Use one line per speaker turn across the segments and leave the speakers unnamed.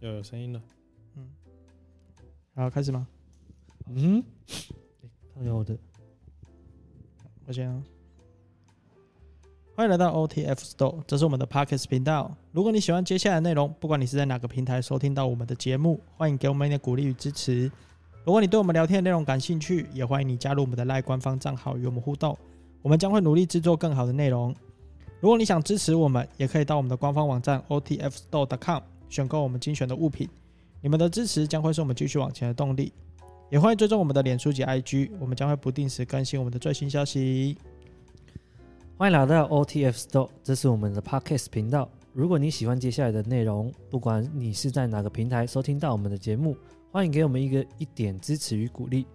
有有声音了。
好，开始吗？
嗯，看有的，
我先、啊。欢迎来到 OTF Store，这是我们的 Pockets 频道。如果你喜欢接下来的内容，不管你是在哪个平台收听到我们的节目，欢迎给我们一点鼓励与支持。如果你对我们聊天的内容感兴趣，也欢迎你加入我们的赖官方账号与我们互动，我们将会努力制作更好的内容。如果你想支持我们，也可以到我们的官方网站 otfstore.com 选购我们精选的物品。你们的支持将会是我们继续往前的动力。也欢迎追踪我们的脸书及 IG，我们将会不定时更新我们的最新消息。
欢迎来到 OTF Store，这是我们的 Podcast 频道。如果你喜欢接下来的内容，不管你是在哪个平台收听到我们的节目，欢迎给我们一个一点支持与鼓励。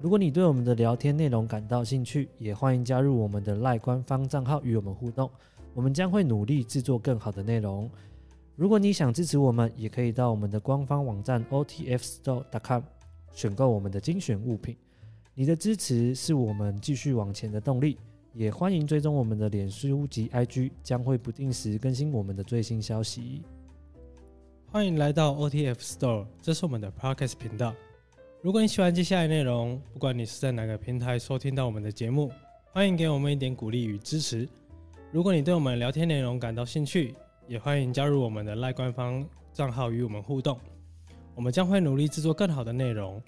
如果你对我们的聊天内容感到兴趣，也欢迎加入我们的赖官方账号与我们互动，我们将会努力制作更好的内容。如果你想支持我们，也可以到我们的官方网站 otfstore.com 选购我们的精选物品。你的支持是我们继续往前的动力，也欢迎追踪我们的脸书及 IG，将会不定时更新我们的最新消息。
欢迎来到 OTF Store，这是我们的 Podcast 频道。如果你喜欢接下来内容，不管你是在哪个平台收听到我们的节目，欢迎给我们一点鼓励与支持。如果你对我们聊天内容感到兴趣，也欢迎加入我们的赖官方账号与我们互动，我们将会努力制作更好的内容。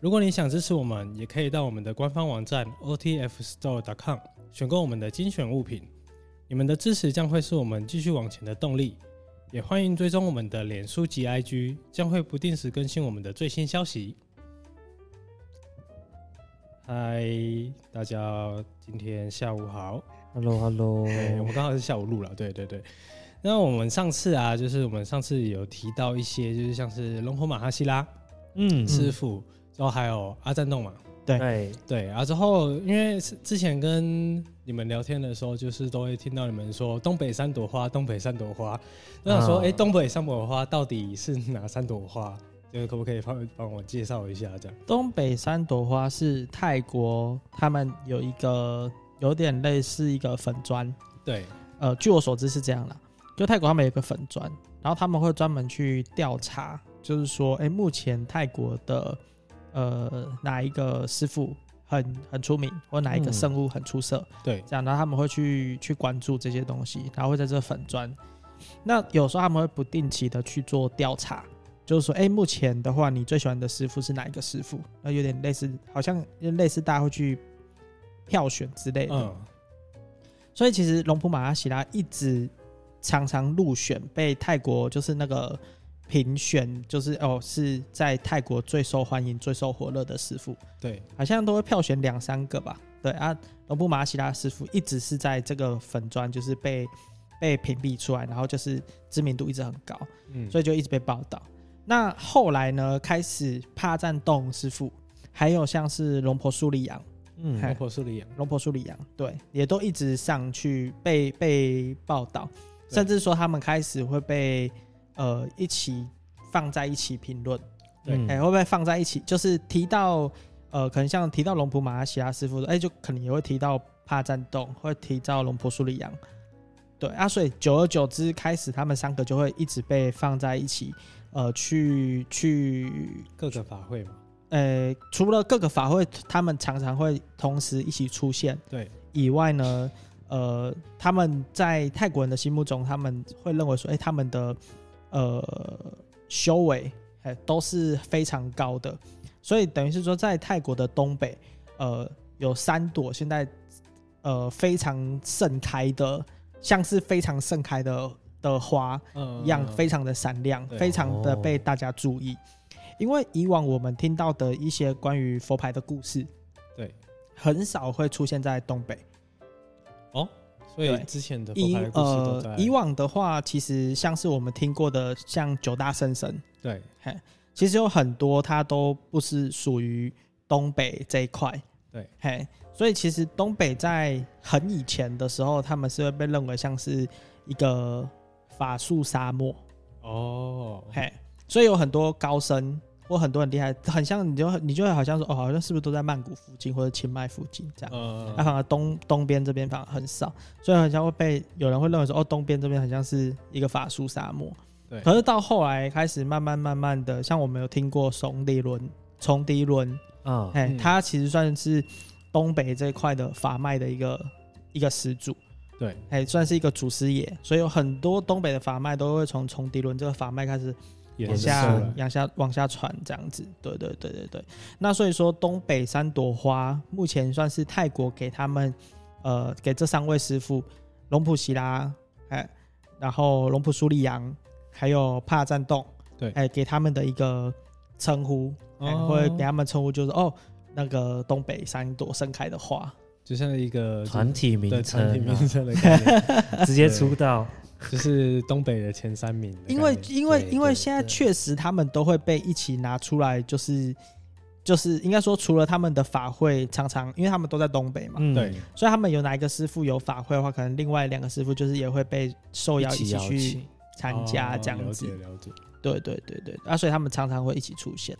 如果你想支持我们，也可以到我们的官方网站 otfstore.com 选购我们的精选物品。你们的支持将会是我们继续往前的动力。也欢迎追踪我们的脸书及 IG，将会不定时更新我们的最新消息。嗨，大家今天下午好。
Hello，Hello，
对，我们刚好是下午录了，对对对。那我们上次啊，就是我们上次有提到一些，就是像是龙虎马哈希拉
嗯，
师傅，之后还有阿战洞嘛，
对，
对啊。之后因为是之前跟你们聊天的时候，就是都会听到你们说东北三朵花，东北三朵花。那想说，
嗯
啊
哎、东北三朵花到底是哪三朵花？就是可不可以帮帮我介绍一下这样？
东北三朵花是泰国，他们有一个有点类似一个粉砖，
对，
呃，据我所知是这样啦，就泰国他们有一个粉砖，然后他们会专门去调查，就是说，哎，目前泰国的呃哪一个师傅很很出名，或哪一个
嗯
圣物很出色，
对，
这样，然后他们会去去关注这些东西，然后会在这粉砖。那有时候他们会不定期的去做调查，就是说，哎，目前的话，你最喜欢的师傅是哪一个师傅？那有点类似，好像类似大家会去票选之类的。
嗯，
所以其实龙普马拉喜拉一直常常入选，被泰国就是那个评选，就是哦是在泰国最受欢迎、最受火热的师傅。
对，
好像都会票选两三个吧。对啊，罗布马拉希拉师傅一直是在这个粉砖就是被被屏蔽出来，然后就是知名度一直很高，
嗯，
所以就一直被报道。那后来呢，开始帕赞洞师傅，还有像是龙婆苏里扬、
嗯，
包括苏里扬，
龙婆苏里扬，对，也都一直上去被被报道，
对
甚至说他们开始会被呃一起放在一起评论。
对
嗯
哎、会不会放在一起？就是提到呃，可能像提到龙普马拉西亚师傅，哎、就可能也会提到帕战斗，会提到龙婆苏里扬，对啊，所以久而久之，开始他们三个就会一直被放在一起，呃，去去
各个法会嘛，
呃，除了各个法会他们常常会同时一起出现
对，
以外呢，呃，他们在泰国人的心目中，他们会认为说，哎、他们的呃修为哎都是非常高的，所以等于是说，在泰国的东北，呃，有三朵现在呃非常盛开的，像是非常盛开的的花，
嗯
一样非常的闪亮，
对
非常的被大家注意。因为以往我们听到的一些关于佛牌的故事，
对，
很少会出现在东北。
哦，所以
对
之前的佛
以
牌的故事都在
呃以往的话，其实像是我们听过的，像九大圣神，
对，
其实有很多它都不是属于东北这一块。
对，
嘿，所以其实东北在很以前的时候，他们是会被认为像是一个法术沙漠。
哦，
嘿，所以有很多高僧或很多很厉害，很像你就你就会好像说哦，好像是不是都在曼谷附近或者清迈附近这样？
呃
那、反而东东边这边反而很少，所以很像会被有人会认为说哦，东边这边很像是一个法术沙漠。
对
可是到后来开始慢慢慢慢的，像我们有听过松迪伦、崇迪伦，
啊，
哎、
嗯
他其实算是东北这一块的法脉的一个一个始祖，
对，
哎、算是一个祖师爷，所以有很多东北的法脉都会从崇迪伦这个法脉开始
延
往
伸
下
了，
往下往下传这样子，对对对对对。那所以说，东北三朵花目前算是泰国给他们，呃，给这三位师傅龙普希拉，哎，然后龙普苏利扬，还有帕赞洞，
对
哎，给他们的一个称呼，哎
哦
或者给他们称呼就是哦，那个东北三朵盛开的花，
就像一个
团体名
对
称
团体名
啊，
称的概念，
直接出道，
就是东北的前三名的概念。
因为因为
对
因为
对
现在
对
确实他们都会被一起拿出来，就是就是应该说，除了他们的法会常常，因为他们都在东北嘛，
嗯
对，
所以他们有哪一个师傅有法会的话，可能另外两个师傅就是也会被受邀一起
摇
去
旗，
参加
哦
这样
了
子
解。了解。
对对对对，啊，所以他们常常会一起出现。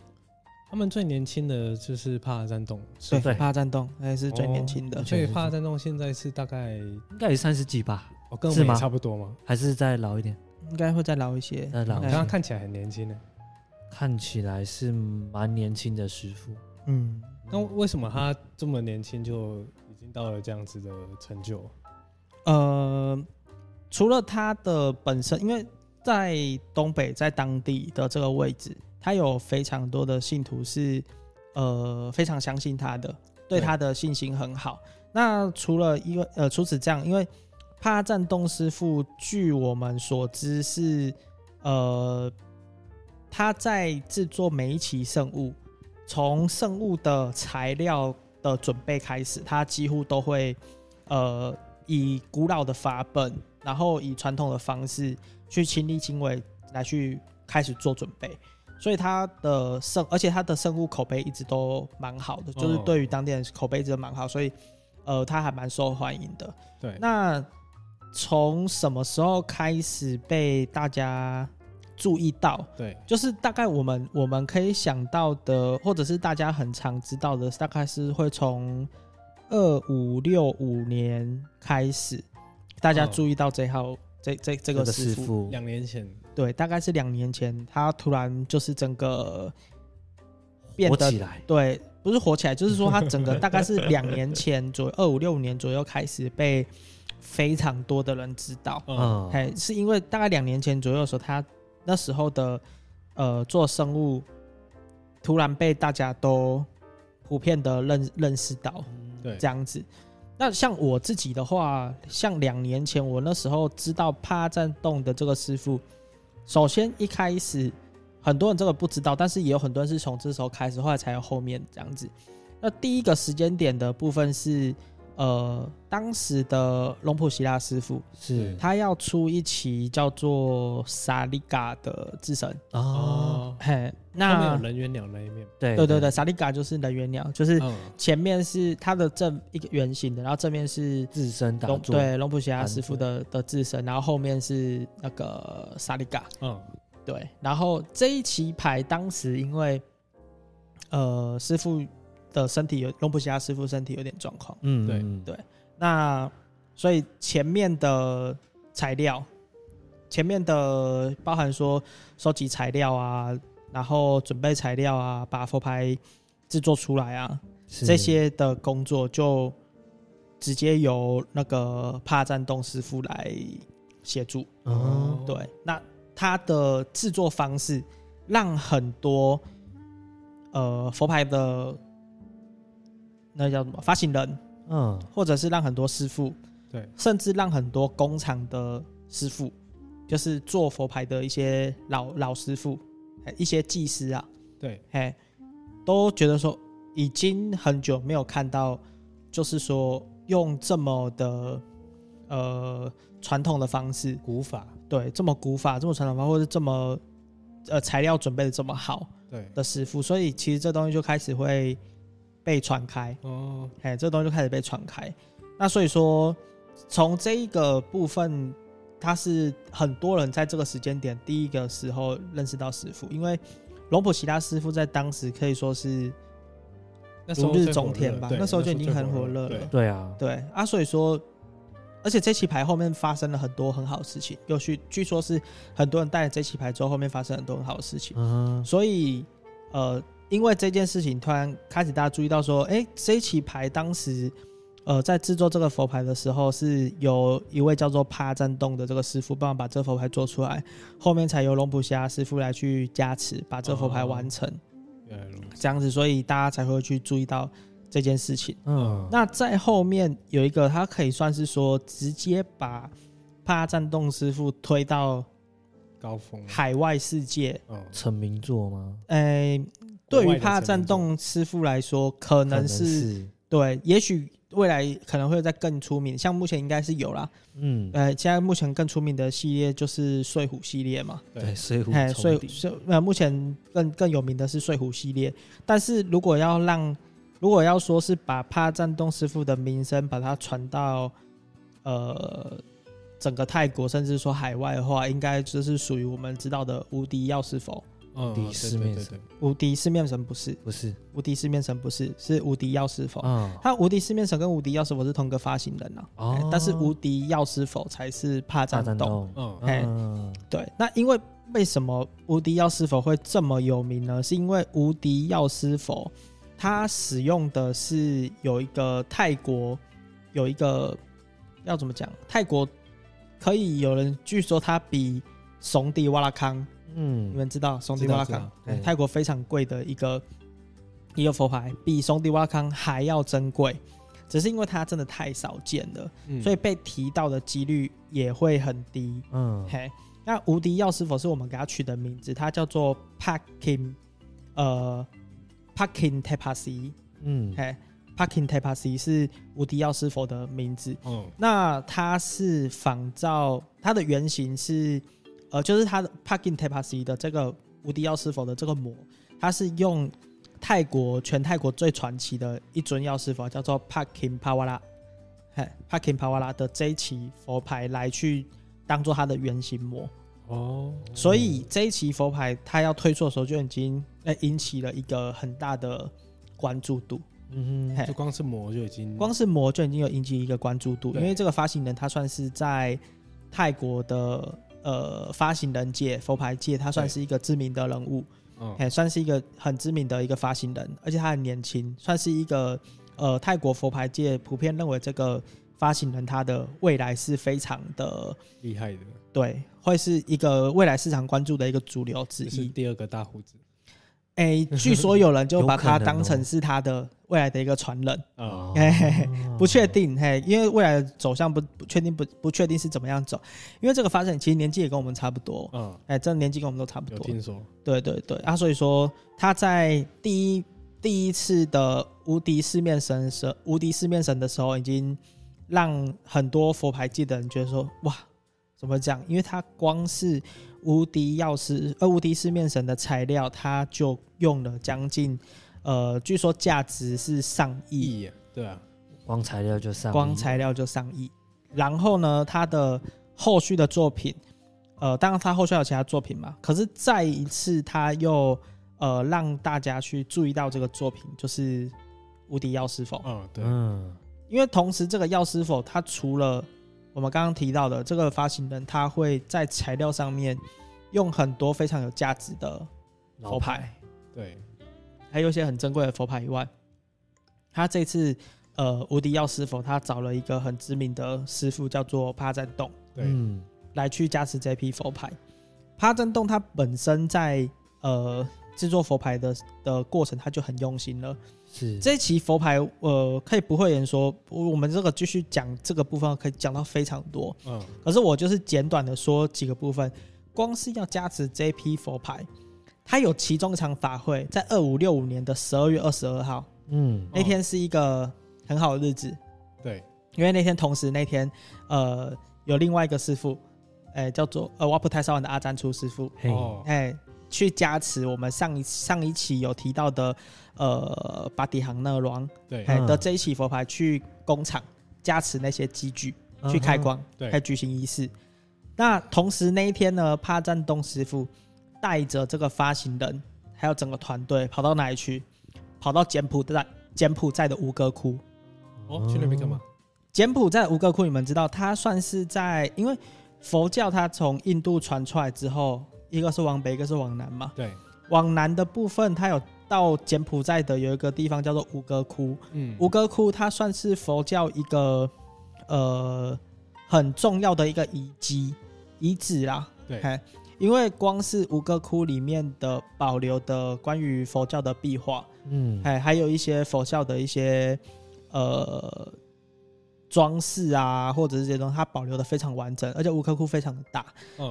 他们最年轻的就是帕拉赞洞，
对，
对
帕战洞那是最年轻的
哦。
所以帕拉赞洞现在是大概
应该也三十几吧，
哦跟我
是
们
吗
也差不多嘛。
还是再老一点，
应该会再老一些，
再
我
老一
刚
些
刚。看起来很年轻呢，
看起来是蛮年轻的师傅，
嗯，
那为什么他这么年轻就已经到了这样子的成就？
呃，除了它的本身，因为在东北在当地的这个位置，它有非常多的信徒是呃非常相信他的，对
对
他的信心很好。那除了因为呃除此这样，因为帕赞东师傅，据我们所知是呃他在制作每一期圣物，从圣物的材料的准备开始，他几乎都会呃以古老的法本，然后以传统的方式去亲力亲为来去开始做准备。所以他的圣，而且他的圣物口碑一直都蛮好的，就是
哦
对于当地人口碑一直都蛮好，所以呃他还蛮受欢迎的。
对，
那从什么时候开始被大家注意到？
对，
就是大概我们我们可以想到的，或者是大家很常知道的，大概是会从二五六五年开始，大家
嗯
注意到这号、这这哦这
这
个
个
师
师
傅。
傅
两年前
对，大概是两年前，他突然就是整个变
火
得
起来，
对，不是火起来，就是说他整 个大概是两年前左右，二五六年左右开始被非常多的人知道。
嗯，
嗯，
哎、是因为大概两年前左右的时候，他那时候的呃做生物突然被大家都普遍的认认识到
对
这样子。那像我自己的话，像两年前我那时候知道帕战洞的这个师傅，首先一开始很多人这个不知道，但是也有很多人是从这时候开始，后来才有后面这样子。那第一个时间点的部分是，呃，当时的龙普希拉师傅，
是
他要出一期叫做《萨利嘎》的自神，
哦，
哦，
嘿，
后面有
那
人猿鸟那一面，
对
对对对，，萨利嘎就是人猿鸟，就是
哦
嗯，
前面是它的正一个圆形的，然后正面是
自身打
龙
坐，
对龙普西亚师傅的的自身，然后后面是那个萨利嘎，
嗯，
对，然后这一期牌当时因为呃师傅的身体有龙普西亚师傅身体有点状况，
嗯，
对
嗯
对那所以前面的材料，前面的包含说收集材料啊，然后准备材料啊，把佛牌制作出来啊，
嗯是
这些的工作就直接由那个帕战洞师傅来协助。
哦，
哦
对，那它的制作方式让很多呃佛牌的那叫什么发行人，
嗯，
或者是让很多师傅，
对，
甚至让很多工厂的师傅，就是做佛牌的一些老老师傅，哎一些技师啊，
对，
哎，都觉得说已经很久没有看到，就是说用这么的呃传统的方式，
古法，
对，这么古法，这么传统方式，或者这么呃材料准备的这么好
对，
的师傅，所以其实这东西就开始会被传开。
哦，
哎，这东西就开始被传开。那所以说，从这一个部分，它是很多人在这个时间点第一个时候认识到师傅，因为龙普希拉师傅在当时可以说是
那时
如
候
日
最
中
火
天
热
吧，
对
那时候就已经
最
很火
热
热
对
了
对啊，
对啊，所以说而且这期牌后面发生了很多很好的事情，有许据说是很多人带了这期牌之后，后面发生很多很好的事情。
嗯哼，
所以呃，因为这件事情，突然开始大家注意到说，哎、这一棋牌当时呃在制作这个佛牌的时候，是由一位叫做帕赞洞的这个师傅帮忙把这佛牌做出来，后面才由龙普霞师傅来去加持，把这佛牌完成、
原来如此
这样子，所以大家才会去注意到这件事情。
嗯，
那在后面有一个，他可以算是说直接把帕赞洞师傅推到
高峰，
海外世界，
嗯，
成名作吗？
诶、对于帕
战
战洞师傅来说，可
可
能是对，也许未来可能会再更出名，像目前应该是有啦。
嗯，
呃，现在目前更出名的系列就是睡虎系列嘛，
对，水
哎，
浒
睡
重底，
睡呃，目前更更有名的是睡虎系列。但是如果要让，如果要说是把帕战洞师傅的名声把它传到呃整个泰国，甚至说海外的话，应该就是属于我们知道的无敌药师佛。
嗯，
敌
对
视
对
面
对
神
对
无敌四面神不是，
不是
无敌四面神不是，是无敌药师佛。
啊，
他无敌四面神跟无敌药师佛是同个发行人呐、啊，哎
哦，
但是无敌药师佛才是怕
大
战
战
斗。
斗，
嗯，
哎
嗯，
对，那因为为什么无敌药师佛会这么有名呢？是因为无敌药师佛他使用的是有一个泰国有一个要怎么讲？泰国可以有人据说他比怂迪瓦拉康，你
嗯，
们知道怂迪
知
瓦
道
拉
知
康
道？
哎
嗯
对
泰国非常贵的一个一个佛牌，比松迪瓦康还要珍贵，只是因为它真的太少见了，
嗯
所以被提到的几率也会很低。
嗯，
嘿，那无敌药师佛是我们给它取的名字，它叫做 Pakin，呃，Pakin Tepasi，
嗯，
嘿，Pakin Tepasi 是无敌药师佛的名字。
嗯
那它是仿照它的原型是，呃，就是它的 Pakin Tepasi 的这个无敌药师佛的这个模，它是用泰国全泰国最传奇的一尊药师佛，叫做 Pakin Pawala，嘿，Pakin Pawala 的这一期佛牌来去当做它的原型模，
哦，
所以这一期佛牌它要推出的时候就已经呃引起了一个很大的关注度。
嗯
嘿
就光是磨就已经
光是膜就已经有引起一个关注度，因
对
为这个发行人他算是在泰国的呃发行人界、佛牌界，他算是一个知名的人物，
嗯
哎，算是一个很知名的一个发行人，而且他很年轻，算是一个呃泰国佛牌界普遍认为这个发行人他的未来是非常的
厉害的，
对，会是一个未来市场关注的一个主流之
这是
嗯
一。
第二个大胡子
哎，据说有人就把
有
他
可能哦
当成是他的未来的一个传人。
哦
啊，
哎
嘿嘿嘿不确定，嘿，因为未来的走向不不确定，不不确定是怎么样走，因为这个发展其实年纪也跟我们差不多，
嗯，
哎，这年纪跟我们都差不
有
多，
听说，
对对对，啊，所以说他在第一第一次的无敌四面神的时候，无敌四面神的时候，已经让很多佛牌界的人觉得说，哇，怎么讲？因为他光是无敌药师，呃，无敌四面神的材料，他就用了将近，呃，据说价值是上亿。
意眼，对啊，
光材料就上
光
亿
材料就上亿。然后呢，他的后续的作品，呃，当然他后续还有其他作品嘛。可是再一次，他又呃让大家去注意到这个作品，就是《无敌药师否》
嗯，对，
嗯
因为同时这个药师否，它除了我们刚刚提到的这个发行人，他会在材料上面用很多非常有价值的
老
佛
牌
牌，
对，
还有一些很珍贵的佛牌以外，他这次呃无敌药师佛，他找了一个很知名的师傅叫做帕赞洞
对
嗯
来去加持这批佛牌。帕赞洞他本身在呃制作佛牌的的过程，他就很用心了。
是
这一期佛牌呃可以不会言说，我我们这个继续讲这个部分可以讲到非常多，
嗯，
可是我就是简短的说几个部分，光是要加持这批佛牌。它有其中一场法会，在二五六五年的十二月二十二号，
嗯
那天是一个很好的日子，
对，
因为那天同时那天呃有另外一个师傅，哎、叫做呃瓦普泰沙湾的阿詹出师傅，
嘿
哦，
哎、去加持我们上一上一期有提到的呃巴迪杭那王
对，
哎、
嗯
的这一期佛牌去工厂加持那些机具
嗯
去开光，
对
还举行仪式。那同时那一天呢，帕赞东师傅带着这个发行人还有整个团队跑到哪里去？跑到柬埔寨柬埔寨的吴哥窟。
嗯
哦，去那边干嘛？
柬埔寨吴哥窟，你们知道，它算是在因为佛教它从印度传出来之后，一个是往北，一个是往南嘛。
对，
往南的部分，它有到柬埔寨的有一个地方叫做吴哥窟，
嗯，
吴哥窟它算是佛教一个呃很重要的一个遗迹遗址啦。
对
嘿，因为光是吴哥窟里面的保留的关于佛教的壁画，
嗯，
哎，还有一些佛教的一些呃装饰啊，或者是这些东西，它保留的非常完整，而且吴哥窟非常的大。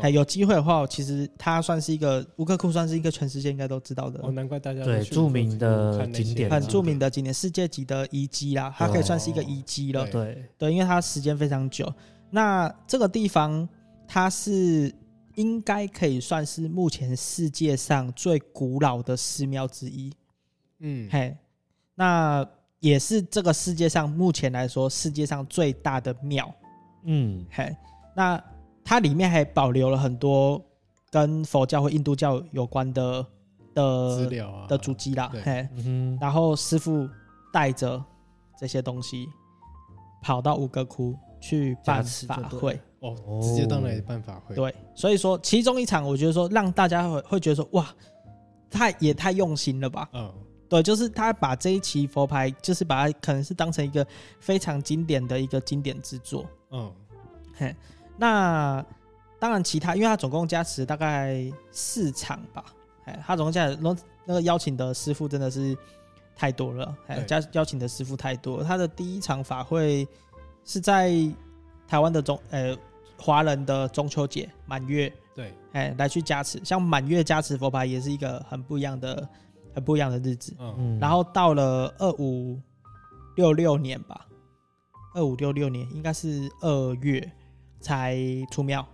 哎、
嗯
有机会的话，其实它算是一个吴哥窟，算是一个全世界应该都知道的、
哦，难怪大家
对
都去
著名的
吴哥窟看那些
景点啊
很著名的景点，世界级的遗迹啦，它可以算是一个遗迹了。
对
对，
对，因为它时间非常久。那这个地方它是应该可以算是目前世界上最古老的寺庙之一。
嗯，
嘿，那也是这个世界上目前来说世界上最大的庙。
嗯，
嘿，那它里面还保留了很多跟佛教或印度教有关的
资
的
料啊
的主机啦
对。
嘿，
嗯哼，
然后师傅带着这些东西跑到五哥窟去办
加持就
法
对
会。
哦，直接到那里办法会，
对，所以说其中一场，我觉得说让大家会会觉得说哇。太也太用心了吧？
嗯，
对，就是他把这一期佛牌，就是把它可能是当成一个非常经典的一个经典之作。
嗯
嘿，那当然其他，因为他总共加持大概四场吧，哎，他总共加持那那个邀请的师傅真的是太多了，哎，
对
加邀请的师傅太多了。他的第一场法会是在台湾的中，呃，华人的中秋节满月，
对，
哎，来去加持，像满月加持佛牌也是一个很不一样的、很不一样的日子。
嗯
嗯，
然后到了二五六六年吧，二五六六年应该是二月才出庙，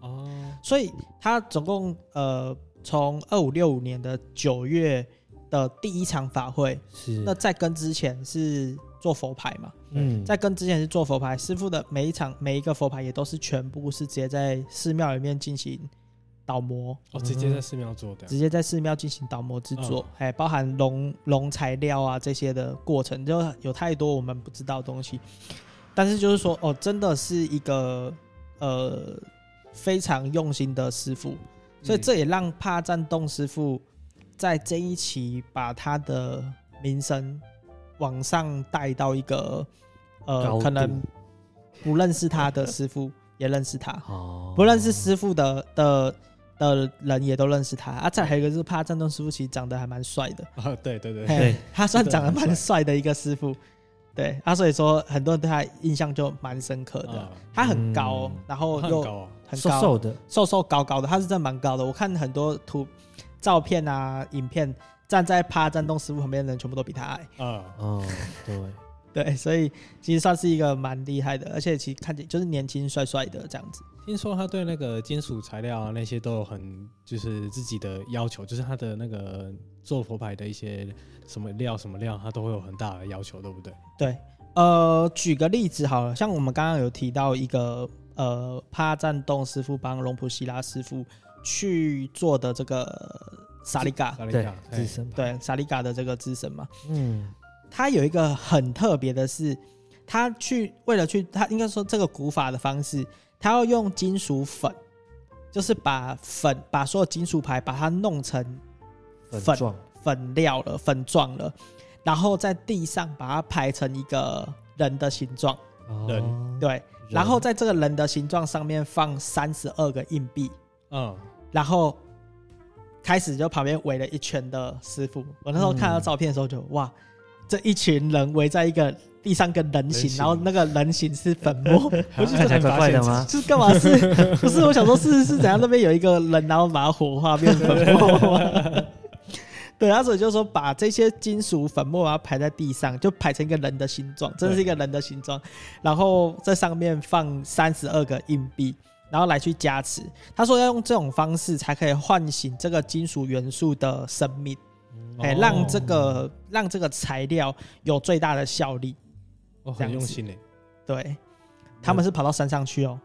哦，
所以他总共呃从二五六五年的九月的第一场法会，
是
那在跟之前是做佛牌嘛，
嗯，
在跟之前是做佛牌，师傅的每一场每一个佛牌也都是全部是直接在寺庙里面进行倒模，
哦，直接在寺庙做的，
直接在寺庙进行倒模制作，
嗯
哎、包含龙龙材料啊这些的过程，就有太多我们不知道的东西。但是就是说，哦，真的是一个呃非常用心的师傅，所
嗯
以这也让帕赞洞师傅在这一期把他的名声往上带到一个
高
呃
度
可能不认识他的师傅也认识他，
哦，
不认识师傅的的的人也都认识他啊。再还有一个是怕战斗师傅，其实长得还蛮帅的，
啊，对对对，
嘿
对，
他算长得蛮帅的一个师傅，对啊，所以说很多人对他印象就蛮深刻的。
啊
他很高哦，
嗯
然后
很
又
高啊，
哦很
瘦
高，
瘦的，
瘦瘦高高的，他是真的蛮高的。我看很多图、照片啊、影片，站在趴战斗师傅旁边的人全部都比他矮。
啊，
哦，对，
对，所以其实算是一个蛮厉害的，而且其实看起就是年轻帅帅的这样子。
听说他对那个金属材料啊那些都有很就是自己的要求，就是他的那个做佛牌的一些什么料什么料，他都会有很大的要求，对不对？
对，呃，举个例子好了，像我们刚刚有提到一个呃，帕赞洞师傅帮龙普希拉师傅去做的这个萨利嘎，
萨利
对
卡，，
自
嘿
身，
对，萨利嘎的这个之神嘛，
嗯，
他有一个很特别的是，他去为了去，他应该说这个古法的方式，他要用金属粉，就是把粉把所有金属牌把它弄成
粉
粉
状，
粉料了、粉状了，然后在地上把它排成一个人的形状，
人
哦，
对，
人
然后在这个人的形状上面放三十二个硬币，
嗯，
然后开始就旁边围了一圈的师傅。我那时候看到照片的时候就、哇，这一群人围在一个地上个人形，
人形
然后那个人形是粉末，
我就
看
真
起来
很
怪
发
怪
现
的吗？
是干嘛是？ 不是我想说是是怎样？那边有一个人，然后把它火化 变粉末吗？对，他所以就说把这些金属粉末啊排在地上，就排成一个人的形状，真的是一个人的形状。然后在上面放三十二个硬币，然后来去加持。他说要用这种方式才可以唤醒这个金属元素的生命，哎、
哦
让这个让这个材料有最大的效力。
哦
这
很
样
用
子
心嘞，
对，他们是跑到山上去哦、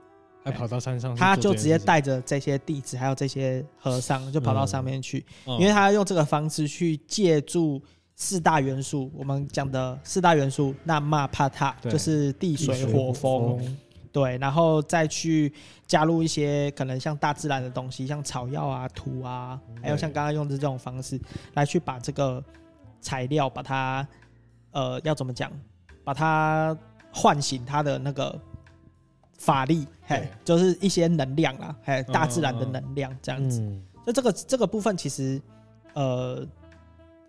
还跑到山上去
他
做
就
这
直
件
接
事
带着这些弟子还有这些和尚，就跑到上面去，
情，
因为
嗯
他要用这个方式去借助四大元素，我们讲的四大元素，那嘛帕塔
对
就是地
地
水
水
火
火
风，对，然后再去加入一些可能像大自然的东西，像草药啊、土啊，
嗯
还有像刚刚用的这种方式来去把这个材料把它呃要怎么讲，把它唤醒它的那个法力，嘿
对，
就是一些能量啦，嘿，
嗯
大自然的
嗯嗯
能量这样子。
嗯，
那、这个这个部分其实呃，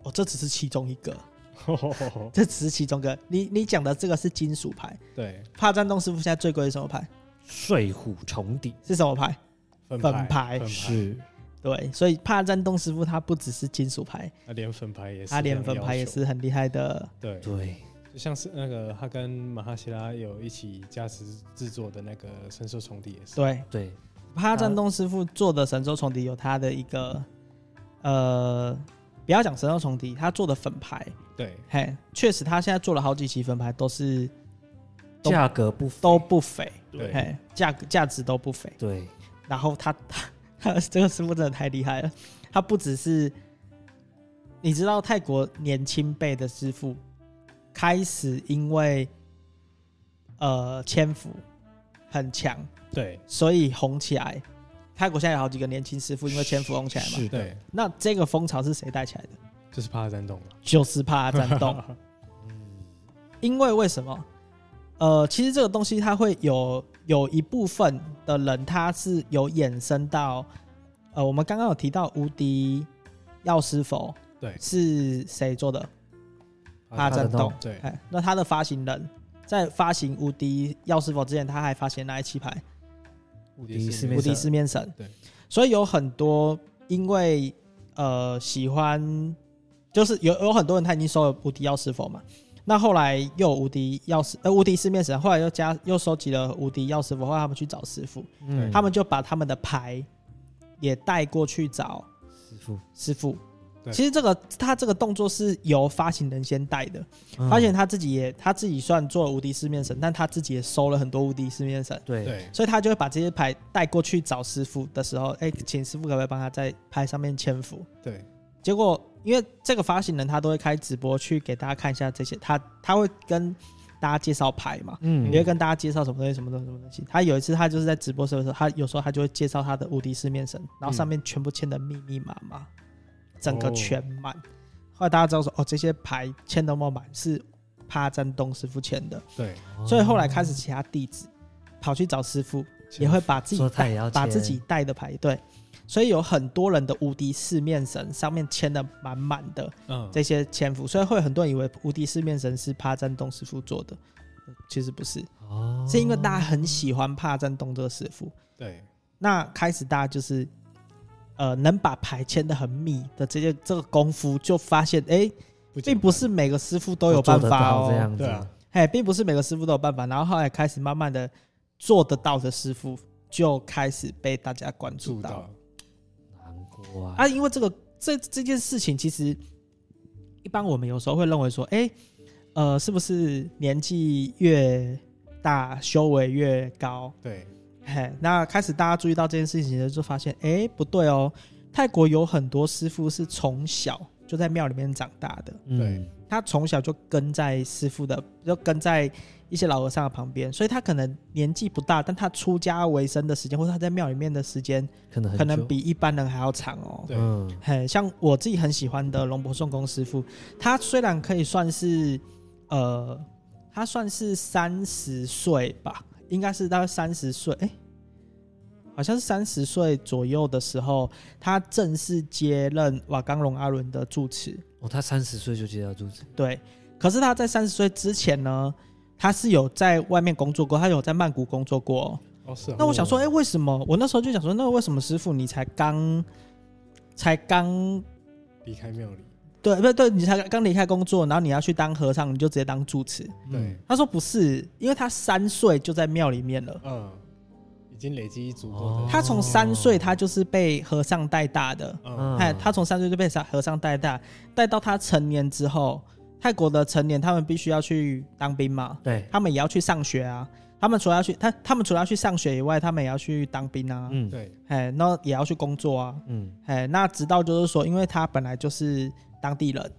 哦，这只是其中一个，
哦
这只是其中一个。你你讲的这个是金属牌，
对，
帕战东师傅现在最贵是什么牌？
睡虎重底哎
是什么牌？
粉
粉
牌
牌
粉
是
对，所以帕战东师傅他不只是金属牌，
他连粉牌也是，
他连粉牌也，是很厉害的。
对，
对，
就像是那个他跟马哈希拉有一起加持制作的那个神兽重地也是，
对，
对，
帕战东师傅做的神州重敌有他的一个呃，不要讲神州重敌，他做的粉牌，
对，
嘿，确实他现在做了好几期粉牌都是都
价格不菲
都不菲，
对
嘿，价格价值都不菲。
对，
然后他 他他这个师傅真的太厉害了，他不只是你知道泰国年轻辈的师傅开始因为呃千伏很强，
对，
所以红起来。泰国现在有好几个年轻师傅因为千伏红起来嘛，
是的，
对，
那这个风潮是谁带起来的？
就是帕战洞了，
就是怕战动，因为为什么？呃，其实这个东西它会有有一部分的人，他是有衍生到，呃，我们刚刚有提到无敌药师佛
对，
是谁做的？
帕
怕
战
战
动
动。
对，
哎，那他的发行人在发行无敌药师佛之前，他还发行哪一期牌？
无
敌四面
无
神
敌四面神。
对，
所以有很多因为呃喜欢，就是有有很多人他已经收了无敌药师佛嘛，那后来又有无敌药师呃无敌四面神，后来又加又收集了无敌药师佛，后来他们去找师傅，
嗯，
他们就把他们的牌也带过去找
师傅
师傅。
对
其实这个他这个动作是由发行人先带的，发现
嗯
他自己也他自己虽然做了无敌四面神，但他自己也收了很多无敌四面神，
对
对，
所以他就会把这些牌带过去找师傅的时候，哎、请师傅可不可以帮他在牌上面签符？
对，
结果因为这个发行人他都会开直播去给大家看一下这些，他他会跟大家介绍牌嘛，
嗯
也会跟大家介绍什么东西什么东西什么东西。他有一次他就是在直播的时候，他有时候他就会介绍他的无敌四面神，然后上面全部签的密密麻麻，整个全满。后来大家知道说，哦，这些牌签那么满是趴占东师傅签的，
对，
所以后来开始其他弟子跑去找师傅，也会把自己
说他
带
也要
把自
签
己带的牌对，所以有很多人的无敌四面神上面签的满满的
嗯，
这些签符，所以会有很多人以为无敌四面神是帕占东师傅做的，其实不是，
哦
是因为大家很喜欢帕占东这个师傅，
对，
那开始大家就是。呃，能把牌签的很密的这些这个功夫，就发现哎、
简
并不
单
是每个师傅都
我
有
做
办
得
法
到
哦。
这样子
对啊，
哎，并不是每个师傅都有办法。然后后来开始慢慢的做得到的师傅，就开始被大家关注
做
到
到，
难过啊，
啊。因为这个这这件事情，其实一般我们有时候会认为说，哎，呃，是不是年纪越大，修为越高？
对，
嘿，那开始大家注意到这件事情的时候，就发现，哎，不对哦，泰国有很多师傅是从小就在庙里面长大的。
嗯，
他从小就跟在师傅的，就跟在一些老和尚的旁边，所以他可能年纪不大，但他出家为生的时间，或者他在庙里面的时间，
可能很
可能
久
比一般人还要长哦。
对
嗯
很像我自己很喜欢的龙伯颂公师傅，他虽然可以算是，呃，他算是三十岁吧，应该是大概三十岁，哎、好像是三十岁左右的时候，他正式接任瓦岗龙阿伦的住持。
哦，他三十岁就接到住持，
对，可是他在三十岁之前呢，他是有在外面工作过，他有在曼谷工作过哦、
哦是哦，
那我想说，哎、为什么？我那时候就想说，那为什么师傅你才刚，才刚，
离开庙里，
对对对，你才刚离开工作，然后你要去当和尚，你就直接当住持？
对，
他说不是，因为他三岁就在庙里面
哦
了。
嗯，已经累积足够
哦
的，
他从三岁，他就是被和尚带大的。
嗯，
哎，他从三岁就被和尚带大，带到他成年之后，泰国的成年他们必须要去当兵嘛。
对，
他们也要去上学啊。他们除了要去他他们除了要去上学以外，他们也要去当兵啊，
嗯
对，
哎、那也要去工作啊，
嗯
哎，那直到就是说，因为他本来就是当地人，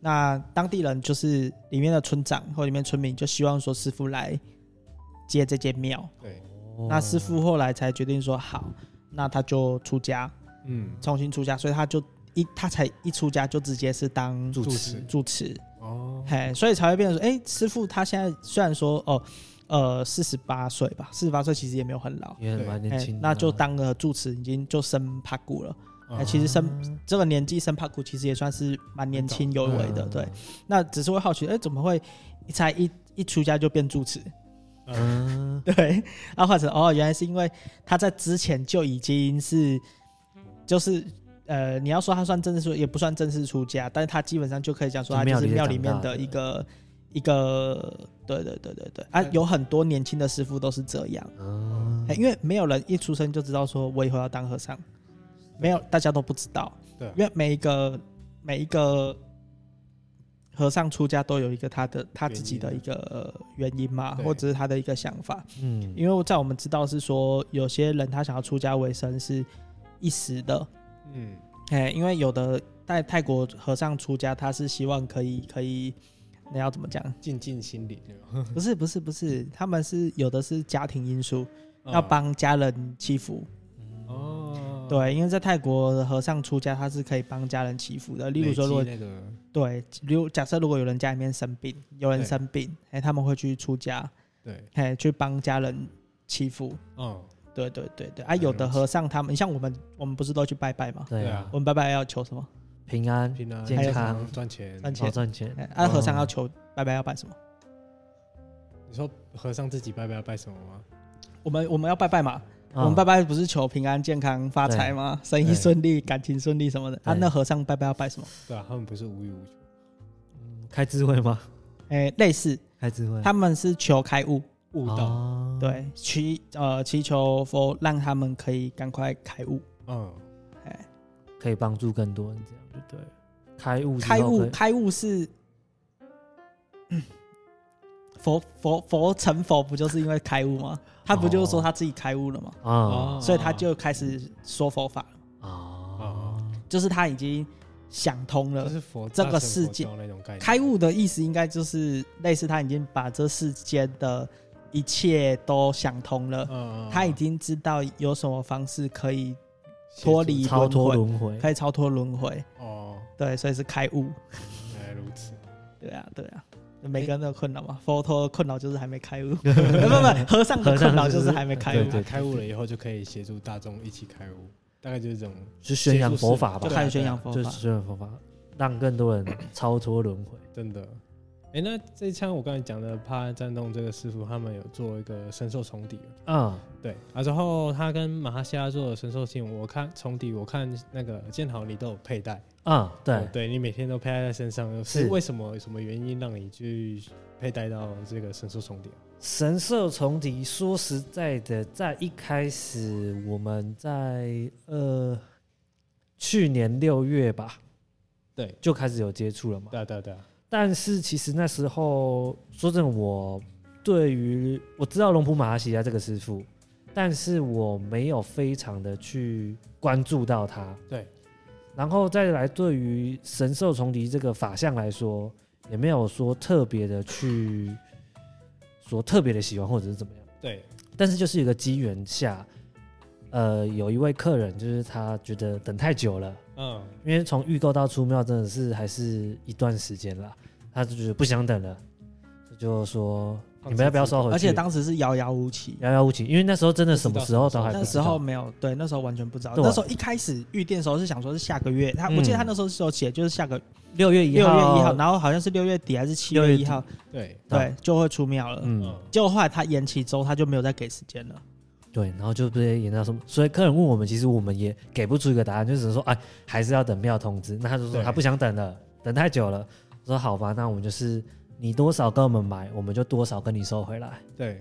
那当地人就是里面的村长或里面村民就希望说师傅来接这间庙，
对，
那
哦
师傅后来才决定说好，那他就出家，
嗯，
重新出家，所以他就一他才一出家就直接是当
主
持
持
住持，
哦，
嘿，所以才会变成说，哎、师傅他现在虽然说哦，呃，四十八岁吧，四十八岁其实也没有很老，
也蛮年
哎
轻的啊，
那就当个住持已经就升帕古了。哎、
嗯
其实升
啊
这个年纪升帕古其实也算是蛮年轻有为的，
嗯
对。那只是会好奇，哎、怎么会一才一一出家就变住持？
嗯，
对，然后或者哦，原来是因为他在之前就已经是，就是呃，你要说他算正式出，也不算正式出家，但是他基本上就可以讲说他
就
就
庙
是
里
庙
长
里面
大
的
的
一个一个，对对对对对啊，有很多年轻的师傅都是这样，
嗯
哎因为没有人一出生就知道说我以后要当和尚，没有，大家都不知道，
对啊
因为每一个每一个和尚出家都有一个他的他自己的一个呃原因嘛，
对
或者是他的一个想法，
嗯，
因为在我们知道是说，有些人他想要出家为生是一时的，
嗯，
哎，因为有的在泰国和尚出家，他是希望可以可以，那要怎么讲？
静静心理，对吧
不是不是不是，他们是有的是家庭因素，要
嗯
帮家人祈福。
嗯
哦，
对，因为在泰国和尚出家，他是可以帮家人祈福的。例如说，如果
累积那个
对，如果假设如果有人家里面生病，有人
对
生病，哎，他们会去出家，
对，
哎，去帮家人祈福。
嗯，
对对对对，啊，
原来
有的
如
和尚他们，你像我们，我们不是都去拜拜吗？
对
对
啊
啊，
我们拜拜要求什么？
平安
平安
健康
赚钱，哦
赚
好
钱。
赚钱，
哎啊，和尚
嗯
要求拜拜要拜什么？
你说和尚自己拜拜要拜什么吗？
我们我们要拜拜嘛，我们
嗯
拜拜不是求平安、健康、发财吗？生意
对
顺利、感情顺利什么的。啊，
对
那和尚拜拜要拜什么？
对啊，他们不是无欲无求，
开智慧吗？
哎，类似，
开智慧，
他们是求开悟，
悟道，
哦，
对，祈呃祈求佛让他们可以赶快开悟。
嗯，
哎，
可以帮助更多人，这样就对了。开悟之后
开
可
悟
以，
开悟是。嗯佛佛佛成佛不就是因为开悟吗？他不就是说他自己开悟了吗？
哦
啊
所以他就开始说佛法了。
啊，
就是他已经想通
就
了。
是佛
这个
大乘佛
世界
教那种概念，
开悟的意思应该就是类似他已经把这世间的一切都想通了，
嗯，嗯，
他已
嗯
经知道有什么方式可以
协助
脱离
超脱
轮
轮回
回，，可以超脱轮回。
哦，
对，所以是开悟。
原来如此，
对啊，对啊。每个人都有困扰嘛，佛陀的困扰就是还没开 悟，不不不，和尚的
和尚
困扰
就是
就是还没开
对
悟啊
对，对
开悟了以后就可以协助大众一起开悟，大概就是这种，
是宣扬佛法吧
就
对啊？
开始宣扬佛
就是
法。
宣扬佛法，让更多人超脱轮回。
真的。哎，那这一枪我刚才讲的帕安战动这个师傅，他们有做一个神兽重底了，
嗯，
对啊，然后他跟马哈西亚做的神兽性，我看重底，我看那个建豪你都有佩戴，
嗯，
哦
对，
对你每天都佩戴在身上，是
是
为什么？什么原因让你去佩戴到这个神兽重点？
神社重敌，说实在的，在一开始我们在呃去年六月吧，
对，
就开始有接触了嘛。
对啊对啊对啊，
但是其实那时候说真的，我对于我知道龙普马哈西亚这个师傅，但是我没有非常的去关注到他。
对，
然后再来对于神兽重敌这个法相来说，也没有说特别的去说特别的喜欢或者是怎么样。
对，
但是就是有个机缘下，呃，有一位客人就是他觉得等太久了。
嗯，
因为从预购到出庙真的是还是一段时间了，他就觉得不想等了，就说
放
你们要不要
弃自己
收回去？
而且当时是遥遥无期，
遥遥无期，因为那时候真的什么时候都还不
那
知
时
道
候没有，对，啊那时候完全不知道。
对
那时候一开始预定的时候是想说是下个月，他
嗯
我记得他那时候是有写就是下个
六月一
六
号，
月一号，，然嗯后好像是六月底还是七
六月
月
底
一号，
对，
对，就会出庙了。
嗯，
嗯，
结果后来他延期之后，他就没有再给时 间了。
对，然后就直接延到什么，所以客人问我们，其实我们也给不出一个答案，就只能说哎，还是要等庙通知。那他就说
对
他不想等了，等太久了。我说好吧，那我们就是你多少跟我们买，我们就多少跟你收回来。
对，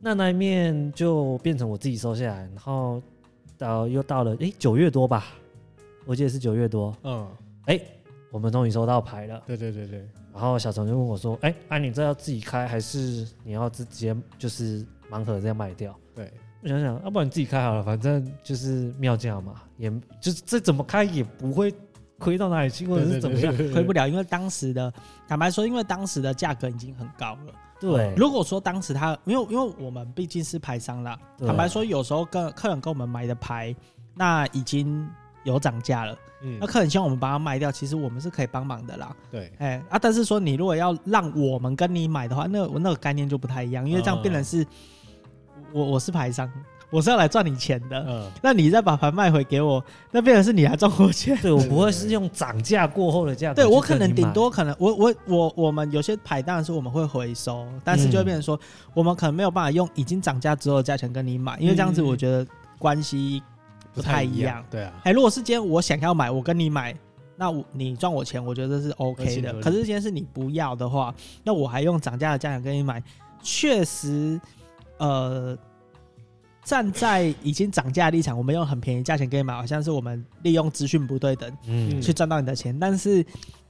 那那一面就变成我自己收下来，然后到又到了诶九月多吧，我记得是九月多，
嗯，
我们终于收到牌了。
对对对对，
然后小陈就问我说：“哎、啊你这要自己开还是你要直接就是盲盒这样卖掉
对，？”
我想啊想，要、不然你自己开好了，反正就是庙价嘛，也就是这怎么开也不会亏到哪里去，或者是怎么样？
亏不了，因为当时的坦白说，因为当时的价格已经很高了。
对，
如果说当时他，因为因为我们毕竟是牌商啦，
对
坦白说，有时候跟客人跟我们买的牌，那已经有涨价了，
嗯
那，客人希望我们把它卖掉，其实我们是可以帮忙的啦。
对，
哎、啊，但是说你如果要让我们跟你买的话，那我那个概念就不太一样，因为这样变成
嗯
是，我我是牌商，我是要来赚你钱的，
嗯，
那你再把牌卖回给我，那变成是你还赚我钱。
对我不会是用涨价过后的价格
对
去跟你
我
买，
可能顶多可能我我我我们有些牌当然是我们会回收，但是就会
嗯
变成说、我们可能没有办法用已经涨价之后的价钱跟你买，因为这样子
嗯嗯嗯
我觉得关系不太一样。
对啊，
哎、如果是今天我想要买，我跟你买，那我你赚我钱，我觉得是 OK
合情合
的。
理
可是今天是你不要的话，那我还用涨价的价钱跟你买，确实，呃，站在已经涨价的立场，我们用很便宜价钱跟你买，好像是我们利用资讯不对等
嗯
嗯
去赚到你的钱。但是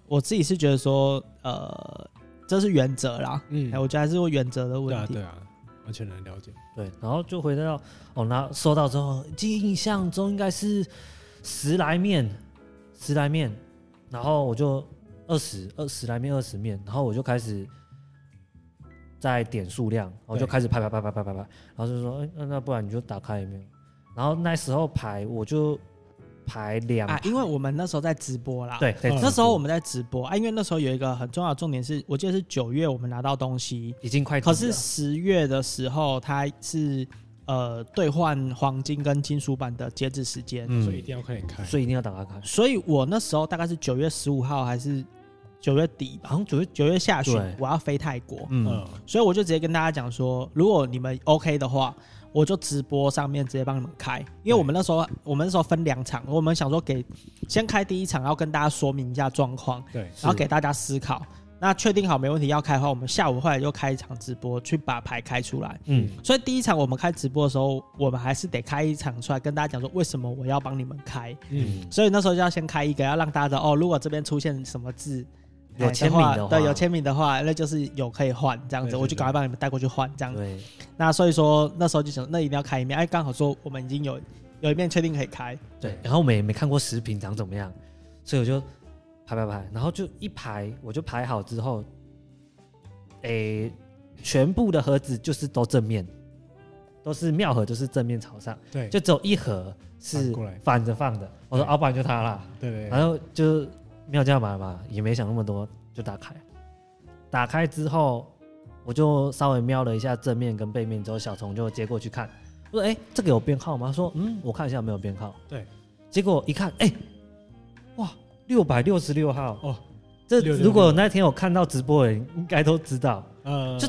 我自己是觉得说，呃，这是原则啦。
嗯
哎、，我觉得还是会原则的
对
问
啊，
题。
对啊，完全能了解。
对，然后就回到哦，那收到之后，印象中应该是十来面，十来面，然后我就二十二十来面二十面，然后我就开始在点数量，然后就
对
开始排排排排排排排，然后就说，哎、那那不然你就打开有没有？然后那时候排我就排两
啊，因为我们那时候在直播啦，
对对
嗯，
那时候我们在直播啊，因为那时候有一个很重要的重点是，我记得是九月我们拿到东西，
已经快
可
底
是
了
十月的时候它是呃兑换黄金跟金属版的截止时间，
嗯
所以一定要快点开。
所以一定要打开看，
所以我那时候大概是九月十五号还是九月底吧，
好像九月
九月下旬
对
我要飞泰国，
嗯
嗯，
所以我就直接跟大家讲说，如果你们 OK 的话。我就直播上面直接帮你们开，因为我们那时候我们那时候分两场，我们想说给先开第一场，然后跟大家说明一下状况，
对，
然后给大家思考。那确定好没问题要开的话，我们下午后来又开一场直播，去把牌开出来。
嗯
所以第一场我们开直播的时候，我们还是得开一场出来，跟大家讲说为什么我要帮你们开。
嗯，
所以那时候就要先开一个，要让大家知道哦，如果这边出现什么字。
有
哎
签
话
名的话
对，有签名的话，那就是有可以换这样
对
子，
对
我就赶快帮你们带过去换这样子。
对
那所以说那时候就想，那一定要开一面，哎，刚好说我们已经有有一面确定可以 开，
对，然后我们也没看过食品长怎么样，所以我就排排排，然后就一排，我就排好之后，诶，全部的盒子就是都正面，都是妙盒，就是正面朝上，
对，
就只有一盒
反
是
过来
反着放的。我说，
对
老板就它啦，
对对对，
然后就妙价买嘛，也没想那么多，就打开。打开之后，我就稍微瞄了一下正面跟背面，之后小虫就接过去看，我说：“哎、这个有编号吗？”他说：“嗯，我看一下有没有编号。”
对，
结果一看，哎、哇，六百六十六号
哦，
这
666
如果那天有看到直播的人，应该都知道，
呃，
就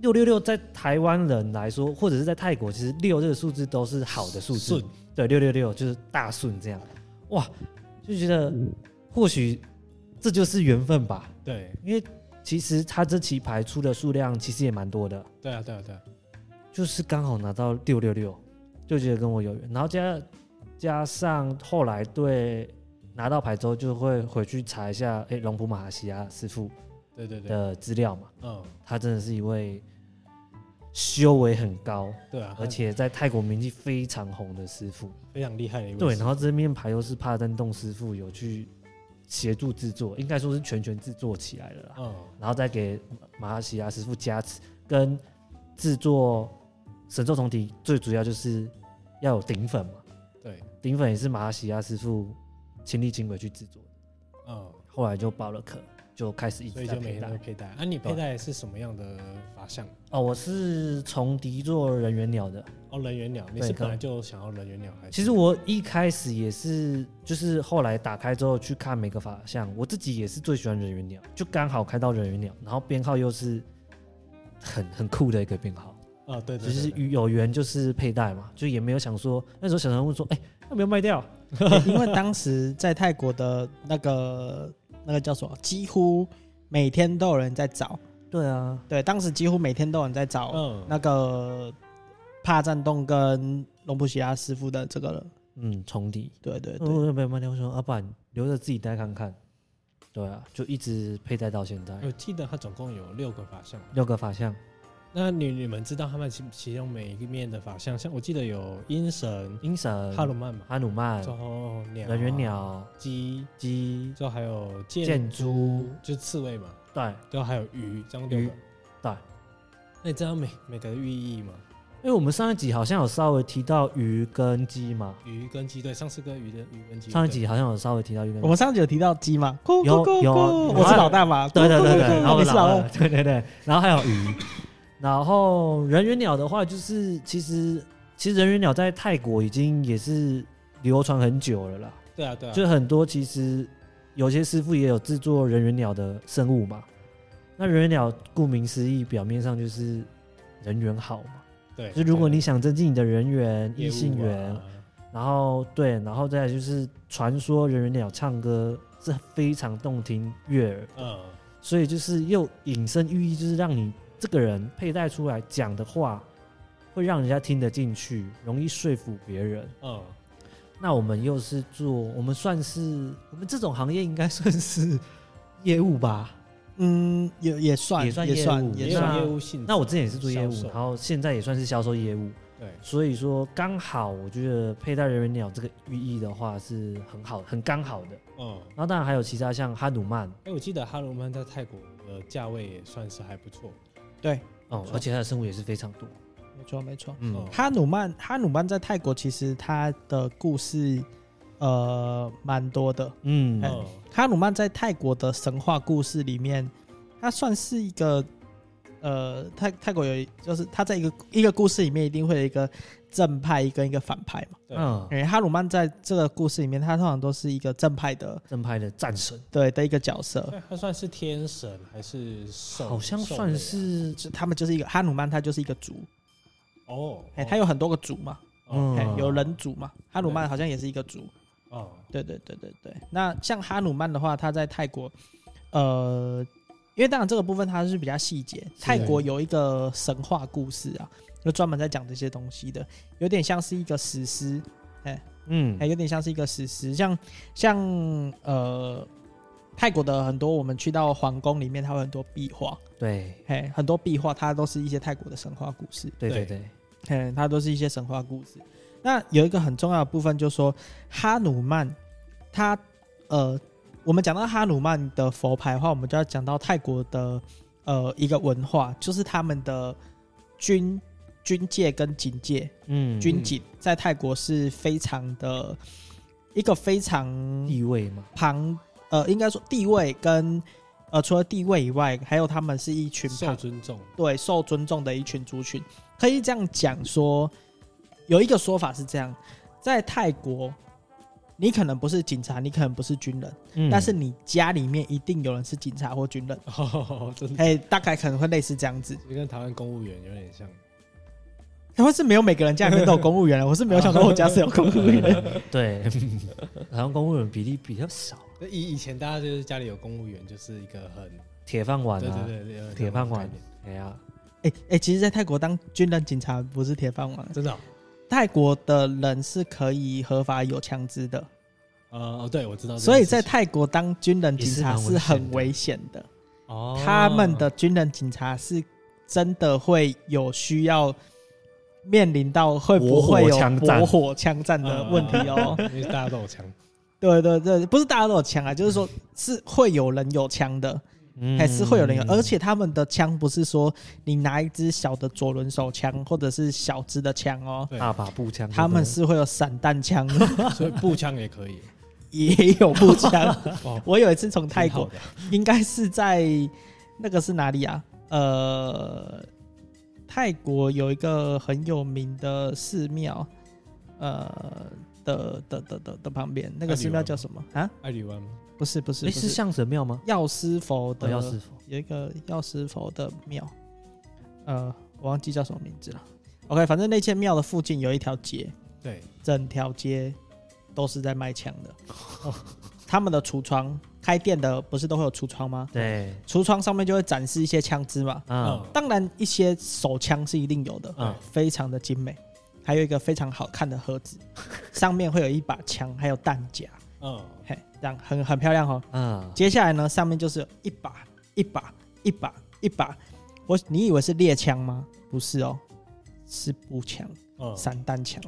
六六六在台湾人来说，或者是在泰国，其实六这个数字都是好的数字。
顺
对，六六六就是大顺这样，哇，就觉得
嗯
或许这就是缘分吧，
对
因为其实他这棋牌出的数量其实也蛮多的，
对啊对啊对啊，
就是刚好拿到六六六，就觉得跟我有缘，然后加加上后来对拿到牌之后就会回去查一下，哎，龙普马哈西亚师傅
对对对，
的资料嘛，
嗯，
他真的是一位修为很高，
对啊，
而且在泰国名气非常红的师傅。
非常厉害的一位，
对，然后这面牌又是帕丹洞师傅有去协助制作，应该说是全权制作起来了啦，
嗯，
然后再给马哈西亚师傅加持，跟制作神兽同体最主要就是要有顶粉嘛，
对，
顶粉也是马哈西亚师傅亲力亲为去制作的，
嗯，
后来就包了壳，就开始一
所
直
以
在
就每天
佩戴
都。佩戴。啊，你
对
佩戴的是什么样的法相？
哦，我是从敌做人猿鸟的，
哦，人猿鸟，你
对
是
刚
本来就想要人猿鸟，还是
其实我一开始也是，就是后来打开之后去看每个法相，我自己也是最喜欢人鱼鸟，就刚好开到人鱼鸟，然后编号又是很很酷的一个编号，
啊，对
就
对，
是
对对
与有缘就是佩戴嘛，就也没有想说那时候小常问说，哎、要不要卖掉？
哎因为当时在泰国的那个那个叫什么，几乎每天都有人在找。
对啊，
对，当时几乎每天都有人在找
嗯，
那个帕战洞跟隆普西亚师傅的这个了。
嗯，重底，
对对对，
我要不要卖掉？我说，要、啊不然留着自己戴看看。对啊，就一直佩戴到现在，
嗯我记得它总共有六个法相，
六个法相，
那你你们知道他们其其中每一面的法相，像我记得有阴神、
阴神、
哈鲁曼嘛，
哈努曼、
之后鸟、
嗯人猿、鸟、
鸡，
鸡、
之后还有箭
箭猪，
就是刺猬嘛，
对，
之后还有鱼，这样六
鱼
个。
对，
那你知道每每个的寓意吗？
因为我们上一集好像有稍微提到鱼跟鸡嘛，
鱼跟鸡，对，上次跟鱼的鱼跟鸡。
上一
对
集好像有稍微提到鱼跟
我们上集有提到鸡嘛，咕咕咕咕，
有有有
我是老大嘛，
对对
咕咕咕
对 对，
咕
然后我
你是老
哦
二
二，，
对对对，然后还有鱼，然后人鱼鸟的话，就是其实其实人鱼鸟在泰国已经也是流传很久了啦，
对啊对啊，
就很多其实有些师傅也有制作人鱼鸟的生物嘛。那人鱼鸟顾名思义，表面上就是人缘好嘛，
对。
就如果
对
你想增进你的人缘、
业
异
务
性缘，
啊
然后对，然后再来就是传说人鱼鸟唱歌是非常动听悦耳。
嗯，
所以就是又引申寓意，就是让你这个人佩戴出来讲的话，会让人家听得进去，容易说服别人。
嗯，
那我们又是做，我们算是我们这种行业应该算是业务吧？
嗯，也也算
也算
也
业务
算
也
也
有
那
算
业务性质。
那我之前也是做业务
销，售
然后现在也算是销售业务，
对
所以说刚好我觉得佩戴人鱼鸟这个寓意的话是很好、很刚好的。
嗯，
然后当然还有其他像哈努曼
哎，我记得哈罗曼在泰国的价位也算是还不错。
对，
哦，而且它的生物也是非常多。
没错没错。
嗯，
嗯
哈努曼哈努曼在泰国其实他的故事呃蛮多的，
嗯，
哎
嗯，
哈努曼在泰国的神话故事里面，他算是一个呃，泰泰国有一就是他在一个一个故事里面一定会有一个正派跟一个反派嘛。
对
嗯，
哎、哈努曼在这个故事里面，他通常都是一个正派的
正派的战神。
对的一个角色，
那他算是天神还是兽？
好像
兽类
算
啊
是
就他们就是一个哈努曼，他就是一个族，
哦，
哎、他有很多个族嘛，
哦
哎、
嗯
有人族嘛，哈努曼好像也是一个族。
哦，
对对对对对。那像哈努曼的话，他在泰国，呃，因为当然这个部分它是比较细节。泰国有一个神话故事啊，就专门在讲这些东西的，有点像是一个史诗，哎
嗯
还有点像是一个史诗。像像呃，泰国的很多我们去到皇宫里面，它有很多壁画，
对
嘿，很多壁画它都是一些泰国的神话故事。
对对
对
对，
嗯，它都是一些神话故事。那有一个很重要的部分，就是说哈努曼，他呃，我们讲到哈努曼的佛牌的话，我们就要讲到泰国的呃一个文化，就是他们的军军界跟警戒，
嗯
军警在泰国是非常的一个非常
地位嘛，
庞呃，应该说地位跟呃，除了地位以外，还有他们是一群庞
受尊重，
对受尊重的一群族群，可以这样讲说，有一个说法是这样，在泰国，你可能不是警察，你可能不是军人，
嗯
但是你家里面一定有人是警察或军人，
哦，真的
哎、大概可能会类似这样子。
就跟台湾公务员有点像。
他会是没有每个人家里面都有公务员了，我是没有想到我家是有公务 员。
对，好像公务员比例比较少，
就以以前大家就是家里有公务员，就是一个很
铁饭碗
对
啊，
对对对
铁饭碗
有那种概念，
哎呀，
哎哎、其实，在泰国当军人、警察不是铁饭碗，
真的哦
泰国的人是可以合法有枪支的，
呃哦，对我知道这件事情，
所以在泰国当军人、
也
警
是
察
蛮危
是很
险的
危险的。
哦
他们的军人警察是真的会有需要面临到会不会有
火火枪战
火火枪战的问题哦。
因为大家都有枪，
对对对，不是大家都有枪啊，就是说是会有人有枪的，嗯
嗯
还是会有呃人有，而且他们的枪不是说你拿一支小的左轮手枪或者是小支的枪哦，
对
大把步枪，
他们是会有散弹枪，
所以步枪也可以。
也有步枪
哦。
我有一次从泰国
挺好的
应该是在那个是哪里啊？呃，泰国有一个很有名的寺庙，呃的的的的的旁边，那个寺庙叫什么啊？
爱侣湾吗，
不是不是呃
哎
不
是
是，
象神庙吗？
药师佛
哦
的，
药师佛，
有一个药师佛的庙，呃，我忘记叫什么名字了。OK，反正那间庙的附近有一条街，
对，
整条街都是在卖枪的。哦他们的橱窗开店的不是都会有橱窗吗？
对，
橱窗上面就会展示一些枪支嘛。
嗯
嗯
当然，一些手枪是一定有的，
嗯
非常的精美，还有一个非常好看的盒子， 上面会有一把枪，还有弹夹，
嗯，
嘿，这样很很漂亮哦。
嗯，
接下来呢，上面就是有一把一把一把一把一把我你以为是猎枪吗？不是哦，是步枪、
嗯，
散弹枪，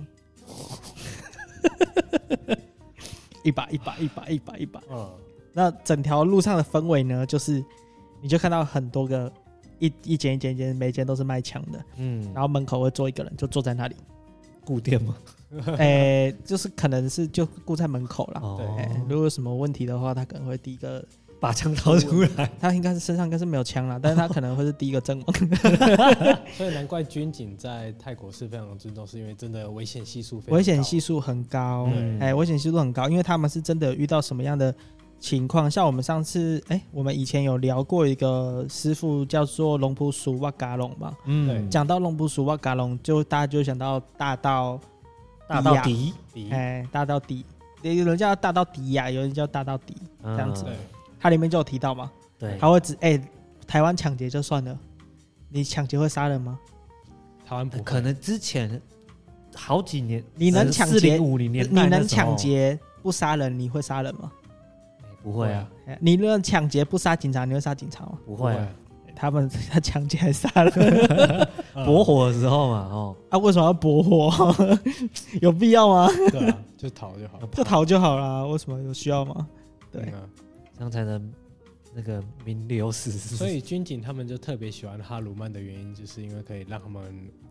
一把一把一把一把一把。
嗯，
那整条路上的氛围呢，就是你就看到很多个一一间一间一间，每间都是卖枪的，
嗯，
然后门口会坐一个人，就坐在那里，
固店 吗？
哎、就是可能是就顾在门口啦。
哦
哎、如果有什么问题的话，他可能会第一个，
把枪掏出来，
他应该是身上应该是没有枪啦，但是他可能会是第一个阵 亡。
所以难怪军警在泰国是非常尊重，是因为真的危险系数非常高
危险系数很高，哎、
嗯
危险系数很高，因为他们是真的有遇到什么样的情况？像我们上次，哎、我们以前有聊过一个师傅叫做龙普苏瓦嘎隆嘛，
对
讲到龙普苏瓦嘎隆，就大家就想到大道，啊
大到底，
低，
哎、大道底，有人叫大道底呀、有人叫大道底，
这
样子
对，
它里面就有提到嘛，
嗯对，
他会指，哎、台湾抢劫就算了，你抢劫会杀人吗？
台湾不会
可能之前好几年，
你能抢劫
五零
你
年代
能
那时候
抢劫不杀人，你会杀人吗？
不会啊，
哎你能抢劫不杀警察，你会杀警察吗？
不
不
会啊，
他们他抢劫还杀人
啊
博火的时候嘛，哦，
啊？为什么要搏火？ 有必要吗？
对啊，就逃就好了。
就逃就好啦，为什么有需要吗？对
嗯啊
这样才能那个名留史诗。
所以军警他们就特别喜欢哈鲁曼的原因，就是因为可以让他们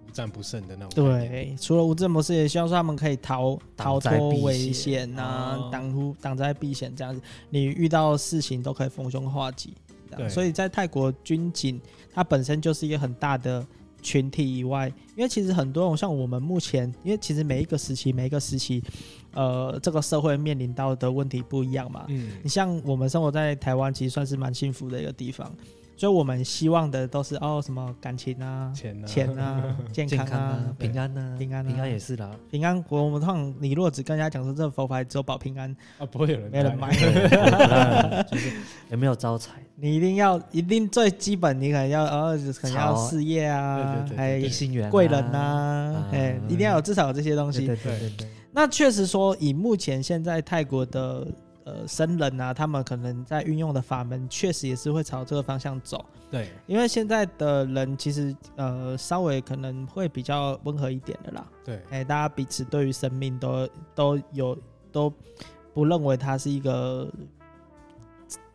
无战不胜的那种概念。
对，除了无证模式，也希望说他们可以逃逃
挡灾
脱
避
危
险
险啊
哦，
挡出挡灾避险这样子，你遇到事情都可以逢凶化吉。这样
对
所以在泰国军警，它本身就是一个很大的群体以外，因为其实很多种像我们目前，因为其实每一个时期，每一个时期，呃，这个社会面临到的问题不一样嘛。
嗯，
你像我们生活在台湾，其实算是蛮幸福的一个地方，所以我们希望的都是哦什么感情啊、
钱呢？
钱啊、 健
健
康
康
啊
啊，、平安啊，
平安啊
平安也是 啦，
平安，我我们通常你如果只跟人家讲说这佛牌只有保平安，
啊，不会有人
没人
带
买。
就是有没有招财，
你一定要一定最基本，你可能要呃，可能要
潮
事业啊，
对对对
还
对
有
一心缘啊
贵人呐，哎，一定要有至少有这些东
对
西。
对对对对，
那确实说，以目前现在泰国的呃僧人啊，他们可能在运用的法门，确实也是会朝这个方向走。
对，
因为现在的人其实呃稍微可能会比较温和一点的啦，
对，
哎、大家彼此对于生命都都有都不认为它是一个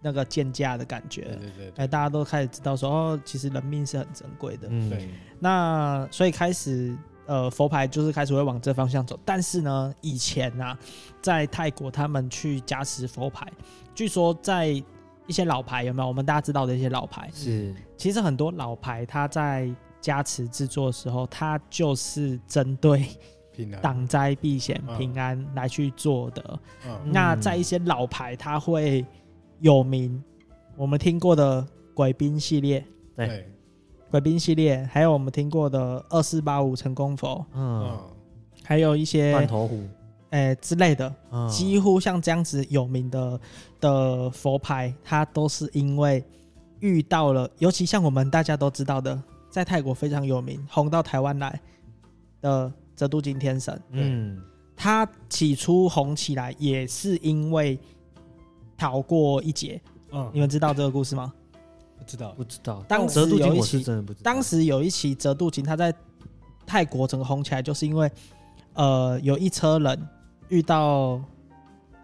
那个贱价的感
对
觉。
对对
哎、
对
大家都开始知道说，哦，其实人命是很珍贵的。
嗯
对，
那所以开始，呃，佛牌就是开始会往这方向走。但是呢，以前啊，在泰国他们去加持佛牌，据说在一些老牌有没有？我们大家知道的一些老牌，
是
其实很多老牌它在加持制作的时候，它就是针对
平安。
挡灾避险、
嗯
平安来去做的。
嗯，
嗯
那在一些老牌，它会有名，我们听过的鬼兵系列、
对
对，
鬼兵系列，还有我们听过的二四八五成功佛，
嗯，
嗯，
还有一些
断头虎，
诶、之类的，
嗯
几乎像这样子有名的的佛牌，它都是因为遇到了，尤其像我们大家都知道的，在泰国非常有名，红到台湾来的折度金天神，
嗯
他起初红起来也是因为逃过一劫。
嗯，
你们知道这个故事吗？
不知道
不知道，
当时
折度
有
金
一
我是
起，
真的不知道，
当时有一起折度金，他在泰国整个红起来，就是因为呃有一车人遇到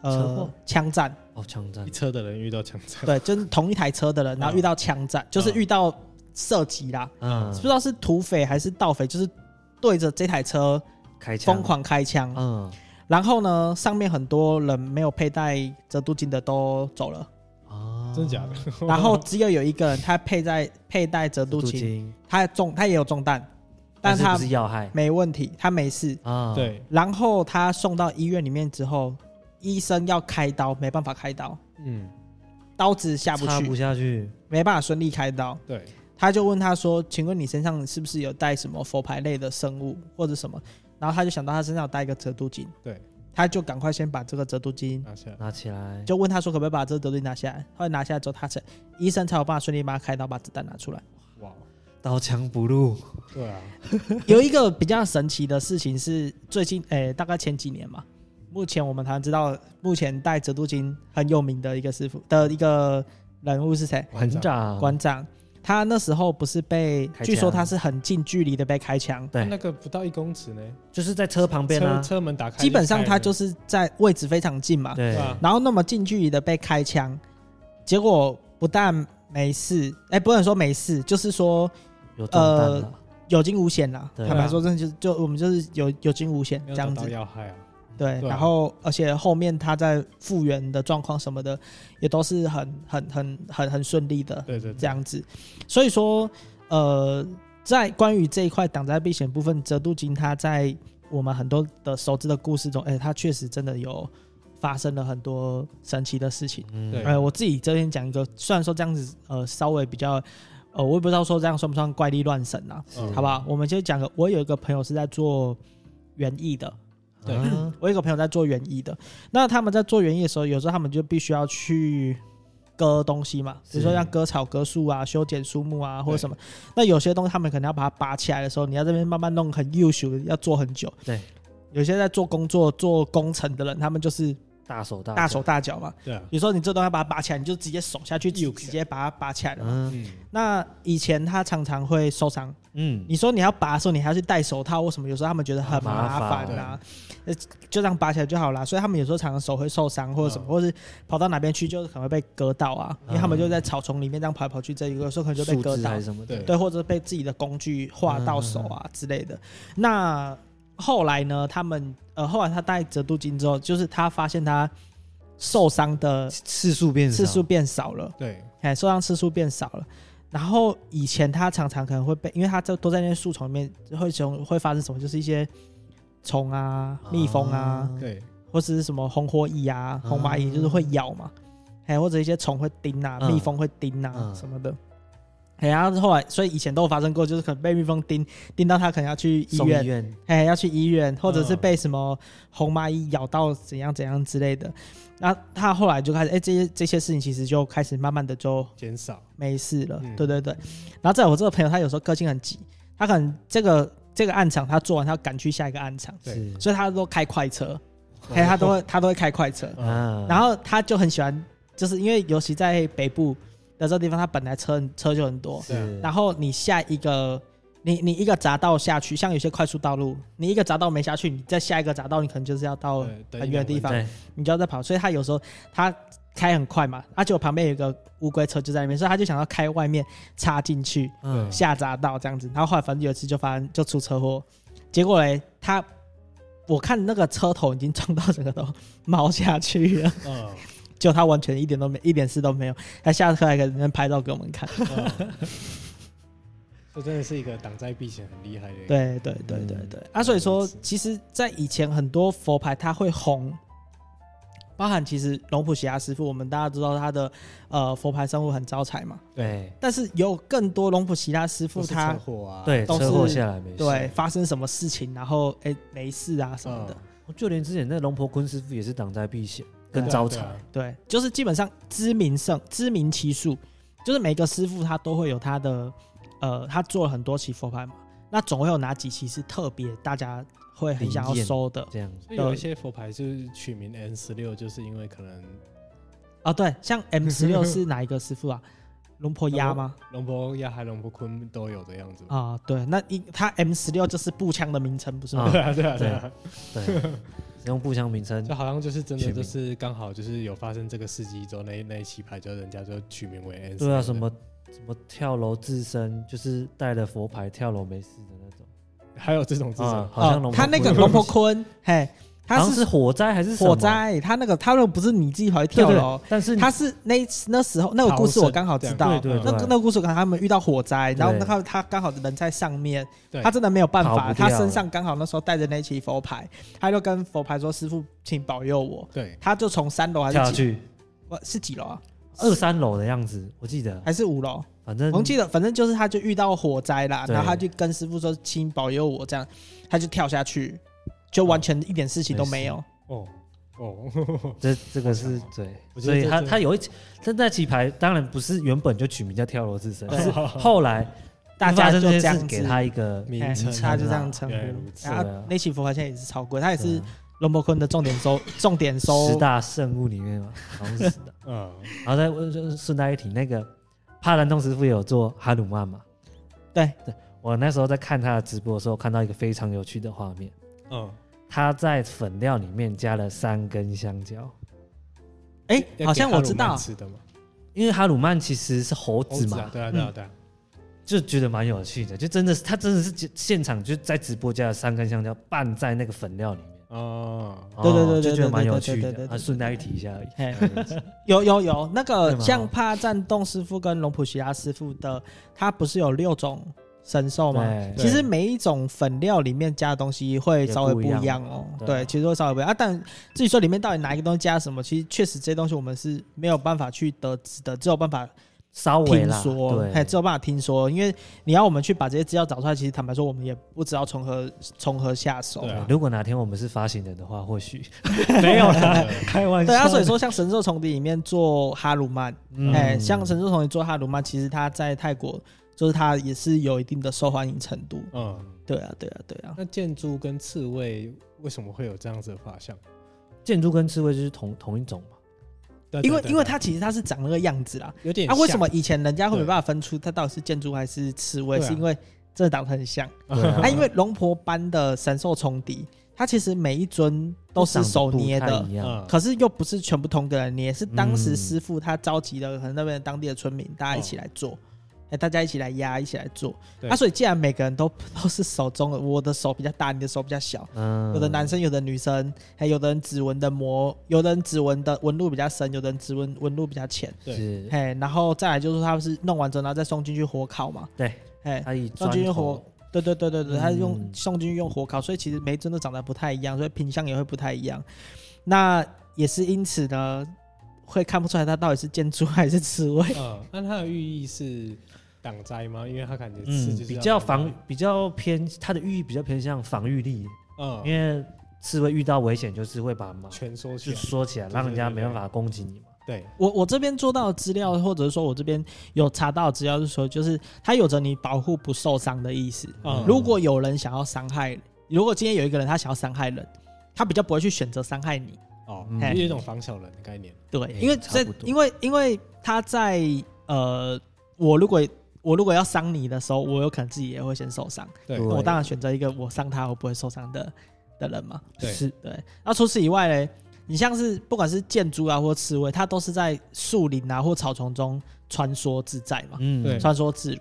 车
呃
祸
枪战。
哦枪战
一，车的人遇到强战，
对，就是同一台车的人，
啊
然后遇到枪战，就是遇到射击啦，
嗯
不知道是土匪还是盗匪，就是对着这台车
嗯开枪
疯，狂开枪，
嗯
然后呢，上面很多人没有佩戴折度金的都走了，
啊
真的假的？
哦 然后只有有一个人他佩戴佩戴折
折
度
度
金，
金，
他中他也有中弹，但
是不
他
是要害
没问题，他没事。
啊，，
对，
然后他送到医院里面之后，医生要开刀，没办法开刀，
嗯，
刀子下不
插
去，
不下去，
没办法顺利开刀。
对，
他就问他说：“请问你身上是不是有带什么佛牌类的生物或者什么？”然后他就想到他身上有带一个折度金，
对，
他就赶快先把这个折度金，
拿下来，
拿起来，
就问他说可不可以把这个折度金拿下来。后来拿下来之后，他才医生才有办法顺利帮他开刀，把子弹拿出来。
哇，
刀枪不入，
对啊，
有一个比较神奇的事情是，最近诶、大概前几年嘛，目前我们才知道，目前带折度金很有名的一个师傅的一个人物是谁？
馆长，
馆长。他那时候不是被
开，枪
据说他是很近距离的被开枪，
对
那个不到一公尺呢，
就是在车旁边
车
啊，
车门打开，
基本上他就是在位置非常近嘛，
对
对吧？
然后那么近距离的被开枪，结果不但没事，哎、不能说没事，就是说
有中弹
呃
了，
有惊无险啦。
对啊
坦白说，真的就是就我们就是有有惊无险
没
这
有
样
找到
子。
要害啊，
对，
对啊
然后而且后面他在复原的状况什么的，也都是很很很很很顺利的
对对
这
对，
样子。所以说，呃，在关于这一块挡灾避险部分，折度金他在我们很多的熟知的故事中，哎、他确实真的有发生了很多神奇的事情。
嗯
对
呃，我自己这边讲一个，虽然说这样子，呃，稍微比较，呃，我也不知道说这样算不算怪力乱神啊，
嗯
好不好？我们就讲个，我有一个朋友是在做园艺的，
对
啊
我有一个朋友在做园艺的，那他们在做园艺的时候，有时候他们就必须要去割东西嘛，比如说
是
像割草、割树啊、修剪树木啊或者什么。那有些东西他们可能要把它拔起来的时候，你要这边慢慢弄，很优秀，要做很久。
对，
有些在做工作、做工程的人，他们就是
大手大
大
脚
手，大脚嘛。
对啊，
比如说你这东西要把它拔起来，你就直接手下去，直
右手
直接把它拔起来了嘛。
嗯
嗯，
那以前他常常会受伤，
嗯，
你说你要拔的时候，你还要去戴手套，为什么？有时候他们觉得很麻
麻
烦
烦
啊，呃，就这样拔起来就好啦。所以他们有时候常常手会受伤或者什
嗯
么，或是跑到哪边去就是可能会被割到啊，因为他们就在草丛里面这样跑来跑去，这一个有时候可能就被
树
割
枝
到
还，是什么的，
对
对，或者被自己的工具划到手啊之类的。那后来呢，他们呃，后来他戴折度巾之后，就是他发现他受伤的
次数变少
次数，变少了。
对，
哎，受伤次数变少了。然后以前他常常可能会被，因为他这都在那些树丛里面，会从会发生什么，就是一些虫啊、蜜蜂啊，
对，
或是什么红火蚁啊、红蚂蚁，
哦嗯
就是会咬嘛，还或者一些虫会叮啊，
嗯
蜜蜂会叮啊、
嗯
什么的。哎，然后后来，所以以前都有发生过，就是可能被蜜蜂叮叮到他，可能要去医
送
院
医，院，
哎，要去医院，或者是
嗯
被什么红蚂蚁咬到怎样怎样之类的。然后他后来就开始，哎、这些这些事情其实就开始慢慢的就
减 少，
没事了，
嗯
对对对。然后在我这个朋友，他有时候个性很急，他可能这个这个暗场他做完，他要赶去下一个暗场，
对
是
所以他都开快车，哎，他都会他都会开快车。
嗯，
啊，
然后他就很喜欢，就是因为尤其在北部的这个地方，他本来车很车就很多，
嗯
是，
然后啊你下一个，你你一个匝道下去，像有些快速道路，你一个匝道没下去，你再下一个匝道，你可能就是要到
对等一
很远的
两
地
分
方，
对，
你就要再跑。所以他有时候他开很快嘛，而且我旁边有一个乌龟车就在那边，所以他就想要开外面插进去
嗯，
下匝道这样子。然后后来反正有一次就发生就出车祸，结果嘞他。我看那个车头已经撞到整个都 猫下去了，
嗯，
就他完全一点都没一点事都没有。他下车还给人拍照给我们看。
这真的是一个挡灾避险很厉害的，，
对对对对对、
嗯
啊！所以说，其实，在以前很多佛牌它会红，包含其实龙普喜亚师傅，我们大家知道他的呃佛牌生物很招财嘛，
对
但是有更多龙普喜亚师
不
傅
是
他
车祸啊，
对，
都
车祸
是
下来没事，
对发生什么事情，然后哎、没事啊什么的，
嗯
哦就连之前那龙婆坤师傅也是挡灾避险
对啊
跟招
对
财，
啊
对，就是基本上知名胜知名奇数，就是每个师傅他都会有他的呃，他做了很多期佛牌嘛，那总会有哪几期是特别大家会很想要
灵验
收的
这样
所以有一些佛牌就是取名 N 十六，就是因为可能
哦，对，像 M 十 六是哪一个师傅啊？龙婆鸭吗？
龙婆亚还龙婆坤都有的样子嘛。
啊，对，那一他 M 十六就是步枪的名称，不是吗？
啊
对啊，对啊，对啊，
对，使用步枪名称
就好像就是真的，
嗯取名
就是刚好就是有发生这个事迹之后，那那一期牌就人家就取名为 N 十
对
六
啊，
的
什么什么跳楼自身，就是带了佛牌跳楼没事的那种
还有这种这
啊
种，
好像
哦
龙
他
婆
那
坤
个龙婆坤，嘿，
好
他
像是
是
火灾还是什么
火，灾，他那个他那个不是你自己跑去
对
跳
对
楼，
但是
他是那那时候那个故事我刚好知道
对，对
那
对
那个故事我刚好他们遇到火灾，然后
对
他他刚好人在上面，
对
他真的没有办
跑
法，
不掉
他身上刚好那时候带着那期佛牌，他就跟佛牌说：“师傅，请保佑我。
对”，
他就从三楼还
跳下
是几
去
哇是几楼啊？
二三楼的样子，我记得，
还是五楼？啊
反正
我记得，反正就是他就遇到火灾啦，
嗯对
然后他就跟师傅说：“请保佑我。”这样，他就跳下去，就完全一点事情都没有。
哦哦，
这这个是
好
对，
我觉
所
得
以
这
他
这
他有一期，他那棋牌当然不是原本就取名叫跳楼自身，
对
是后来
大家
发
就
生这
这
件
样
事
子
给他一个
名
哎
称
他就这样
啊
称
原来
呼
如。此
然
对
后
啊
那期佛牌现在也是超贵，他也
对
是
啊
龙伯坤的重点收，重点收
十大圣物里面嘛，好像是十大。
嗯，
然后再顺带一提，那个帕兰东师傅也有做哈鲁曼嘛？
对
对，我那时候在看他的直播的时候，看到一个非常有趣的画面，
嗯，
他在粉料里面加了三根香蕉，
哎、
要
好
给
像
哈
我
鲁
知
曼
道，
吃的嘛，
因为哈鲁曼其实是
猴
猴子嘛，
啊对啊对啊对啊，
就觉得蛮有趣的，就真的是他真的是现场就在直播加了三根香蕉拌在那个粉料里面。
哦，
对对
哦
对对
就觉
对
得蛮
对
有
对
趣
对对
的。
对
啊，顺带一提一下而已。
嘿
这 样子
有有有，那
对
个
嘛
像帕战洞师傅跟龙普西亚师傅的，他不是有六种神兽吗？
对
其实每一种粉料里面加的东西会稍微不一样哦
也不一样嘛，对啊
对，其实会稍微不一样啊。但至于说里面到底哪一个东西加什么，其实确实这些东西我们是没有办法去得知的，只有办法
稍微
听
啦，
说，
对，
还只有办法听说。因为你要我们去把这些资料找出来，其实坦白说，我们也不知道从何从何下手。
对啊
如果哪天我们是发行人的话，或许没有啦，开玩笑。
对啊，所以说像神兽重敌里面做哈鲁曼，
嗯，
哎、像神兽重敌做哈鲁曼，其实他在泰国就是他也是有一定的受欢迎程度。
嗯，
对啊，对啊，对啊，
那箭猪跟刺猬为什么会有这样子的发相？
建筑跟刺猬就是同同一种嘛，
对
因为
对对
因为
对
它其实它是长那个样子啦。
有点
啊，为什
像
么以前人家会没
对
办法分出它到底是建筑还是刺猬？
对啊
是因为真的长得很像。
对啊
啊，因为龙婆班的神兽重敌，它其实每一尊都是
长得
手
不
捏
太
的，
一样。
嗯
可是又不是全部同个人捏，是当时
嗯哦
师傅他召集了可能那边的当地的村民，大家一起来做，哎、大家一起来压，一起来做。
对
啊，所以既然每个人都 都是手中的，我的手比较大，你的手比较小，
嗯
有的男生，有的女生，还有的人指纹的磨，有的人指纹的纹路比较深，有的人指纹纹路比较浅，
对
是
嘿，然后再来就是他们是弄完之后，然后再送进去火烤嘛，
对，
嘿，
他以
送进
砖
去火
头，，
对对对对对，他用
嗯
送进去用火烤，所以其实每一尊都长得不太一样，所以品相也会不太一样。那也是因此呢，会看不出来它到底是箭猪还是刺猬。
嗯，那它的寓意是挡灾吗？因为它感觉刺
嗯
就，是
比
要
较
挡
防
灾，，
比较偏，它的寓意比较偏向防御力，因
嗯，
为刺猬遇到危险就是会把毛
蜷缩起
就
来，
缩起来，
对
让人
对
家
对
没办
对
法攻击你嘛。
对，
我我这边做到的资料，或者是说我这边有查到的资料是说，就是它有着你保护不受伤的意思。
嗯
如果有人想要伤害，如果今天有一个人他想要伤害人，他比较不会去选择伤害你。
哦，
嗯
有一种防小人的概念，
对，
欸
因为
差
在
不多
因为因为他在呃，我如果我如果要伤你的时候，我有可能自己也会先受伤，
对
对
我当然选择一个我伤他我不会受伤的的人嘛。
对
是
对，那除此以外嘞，你像是不管是箭猪啊或刺猬，它都是在树林啊或草丛中穿梭自在嘛，
嗯，
对
穿梭自如，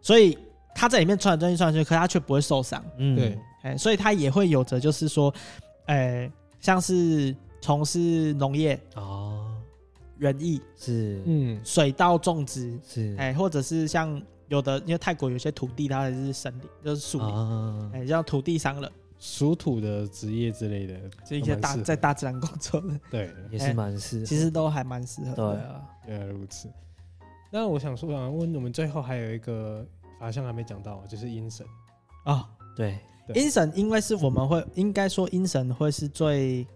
所以它在里面穿来穿去穿来穿去，可它却不会受伤。
嗯
对，
哎、所以它也会有着就是说，哎、像是从事农业、
哦，
园艺、
是
嗯，
水稻种植，
是
哎、或者是像有的，因为泰国有些土地它还是森林，就是树林，哎、
啊，
像土地商人
属土的职业之类的，
这
都
些
蛮
大
适合
在大自然工作的，
对，
也是蛮是，
其实都还蛮适合
对
的。
啊，
原来如此。那我想说，想问我们最后还有一个法相还没讲到，就是阴神，
哦，
对，
对
阴神因为是我们会应该说阴神会是最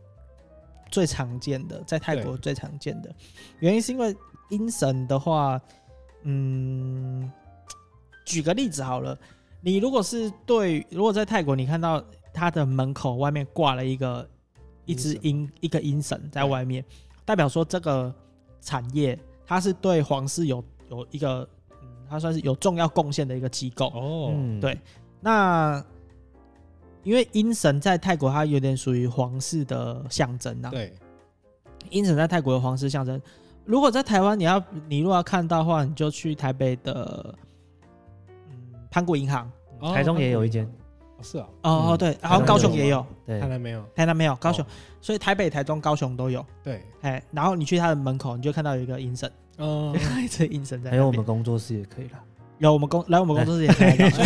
最常见的，在泰国最常见的原因是因为阴神的话，嗯，举个例子好了，你如果是对，如果在泰国你看到他的门口外面挂了一个一只
阴
阴一个阴神在外面，代表说这个产业它是对皇室有有一个，嗯，它算是有重要贡献的一个机构。
哦，
嗯
对那因为阴神在泰国，它有点属于皇室的象征啊。
对，
阴神在泰国的皇室象征。如果在台湾，你要你如果要看到的话，你就去台北的嗯盘古银行。
哦
台中也有一间，
哦是啊，
哦、
嗯
哦对，
台
然后
中
高
有
雄
吗
也有，
对
台，南没有，
台南没有，高雄，
哦
所以台北、台中、高雄都有。
对，
哎，然后你去他的门口，你就看到有一个阴神，
嗯，
一只阴神在那边。
还有我们工作室也可以啦，
有我们公来我们公司也看得到，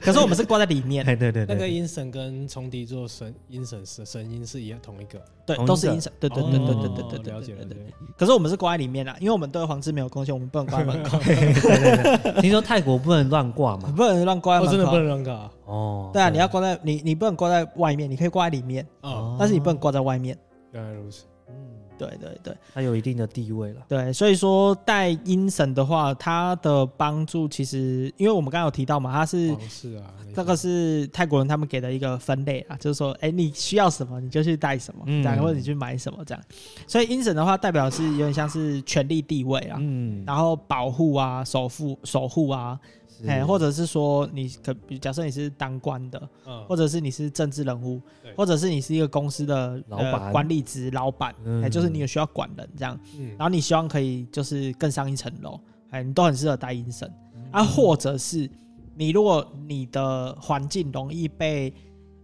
可是我们是挂在里面，
哎，对对
那个
对，
阴神跟重敌做神阴神神神阴是一样同一个，
对，
同一个
都是阴神，对对对对对对对对
哦了
对
解了
对对。
解，
可是我们是挂在里面啊啦，因为我们对皇室没有贡献，我们不能挂在门口，
听说泰国不能乱 挂嘛，
不能乱挂在
哦，真
门
的不
口。
能乱搞啊
哦，
对啊，你要挂在你你不能挂在外面，你可以挂在里面，
哦，
但是你不能挂在外面。
原来如此，
嗯，
对对对
它有一定的地位了。
对，所以说带音审的话，它的帮助其实，因为我们刚刚有提到嘛，它是
皇室啊，那些
这个是泰国人他们给的一个分类啊，就是说，哎、你需要什么你就去带什么，
嗯
这样、或者你去买什么这样。所以音审的话，代表是有点像是权力地位啊，
嗯，
然后保护啊、守护、守护啊，
是
哎，或者是说你可，比假设你是当官的，
嗯
或者是你是政治人物
对，
或者是你是一个公司的
老板
呃管理职老板，
嗯
哎，就是你有需要管人这样，
嗯
然后你希望可以就是更上一层楼，哎，你都很适合带阴神
嗯
啊，或者是你如果你的环境容易被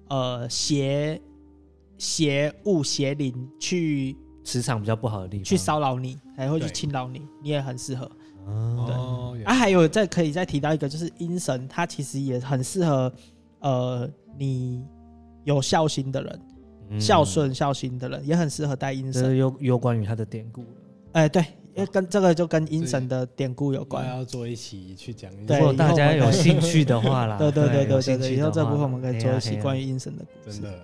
呃邪邪物邪灵去
磁场比较不好的地方
去骚扰你，还会去
对
侵扰你，你也很适合。
啊
哦，原来
啊，还有再可以再提到一个，就是阴神，它其实也很适合，呃，你有孝心的人，
嗯
孝顺孝心的人，也很适合带阴
这
神。
是有有关于它的典故了。
哎、对，因为跟这个就跟阴神的典故有
应该
关。
要做一起去讲一
对
如
下
果大家有兴趣的话 啦，
对对对
有
对对
兴
对，
趣
以
的
后这部
话
分我们可以做一期关
于
于阴神的故
真
事。
的。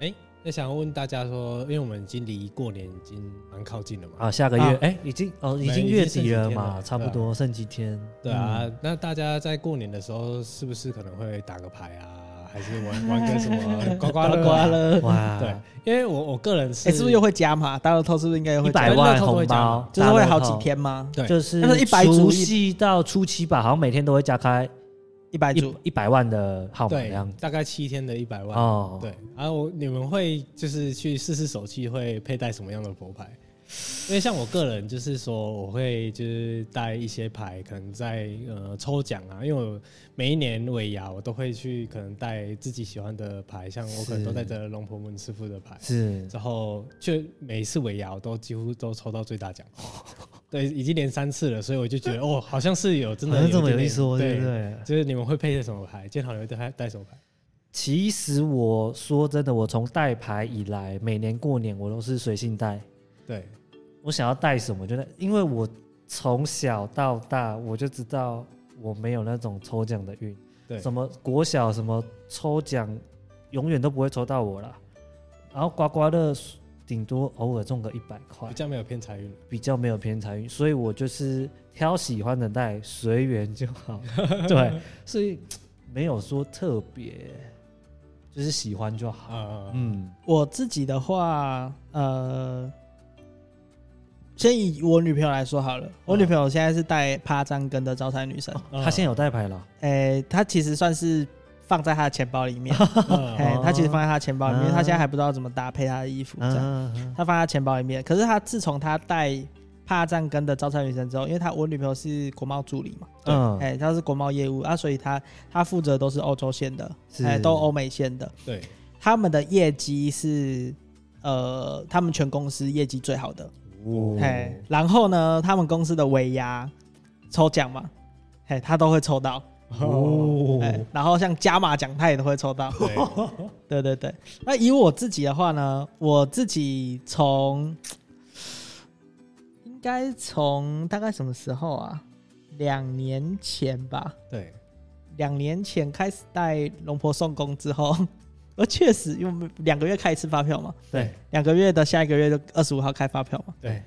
哎，那想要问大家说，因为我们已经离过年已经蛮靠近了嘛，
啊，下个月
啊
哎，已经哦，
没
已经月
已经剩几
底了
天
嘛，
了
差不多剩几天。
啊对啊，那大家在过年的时候是不是可能会打个牌啊，还是玩玩个什 么刮刮乐
刮
啊？
了
嗯，，哇，
对，因为我我个人
哎、
是
是不是又会加码？大乐透是不是应该又会
一
加
百
码？
乐
万
透都
红
会加
包
嘛，
就是会好几
大乐透，
天吗？
对
就是
但是100组
除
一
夕到初七吧，好像每天都会加开
一百
一
组，
一百万的号码的
对
样子，
大概七天的一百万。
哦，
对，然后我你们会就是去试试手气会佩戴什么样的佛牌？ 因为像我个人就是说，我会就是带一些牌，可能在呃抽奖啊，因为我每一年尾牙我都会去可能带自己喜欢的牌，像我可能都带着龙婆文师傅的牌，
是
之后就每一次尾牙我都几乎都抽到最 大奖，对，已经连三次了，所以我就觉得哦，好像是有真
好
的
像这么
一
有
点
意思哦，对
点
不
对。
对？
就是你们会配什么牌？建豪你会带带什么牌？
其实我说真的，我从带牌以来，每年过年我都是随性带，
对，
我想要带什么就带，因为我从小到大我就知道我没有那种抽奖的运，
对
什么国小什么抽奖永远都不会抽到我啦，然后刮刮乐顶多偶尔中个一百块
比，较没有偏财运。
比较没有偏财运，所以我就是挑喜欢的带，随缘就 好。对，所以没有说特别，就是喜欢就好。
啊，
嗯，
我自己的话，呃，先以我女朋友来说好了。我女朋友现在是带趴张跟的招财女神，
他现在有带牌了，
诶、她其实算是放在她的钱包里
哦
面，
嗯
诶、她其实放在她的钱包里面，
嗯
她现在还不知道怎么搭配她的衣服，这样，
嗯，
她放在她钱包里面。可是她自从她带趴张跟的招财女神之后，因为她我女朋友是国贸助理嘛，
嗯，
诶、她是国贸业务啊，所以她她负责都是欧洲线的，
是
诶、都欧美线的，
对，
他们的业绩是呃，他们全公司业绩最好的。
哦
嘿，然后呢，他们公司的尾牙抽奖嘛，嘿，他都会抽到。
哦
哎，，然后像加码奖，他也都会抽到。
对，
对对对。那以我自己的话呢，我自己从应该从大概什么时候啊？两年前吧。
对，
两年前开始带龙婆送工之后， 我确实因为我们两个月开一次发票嘛，
对，
两个月的下一个月就二十五号开发票嘛。
对，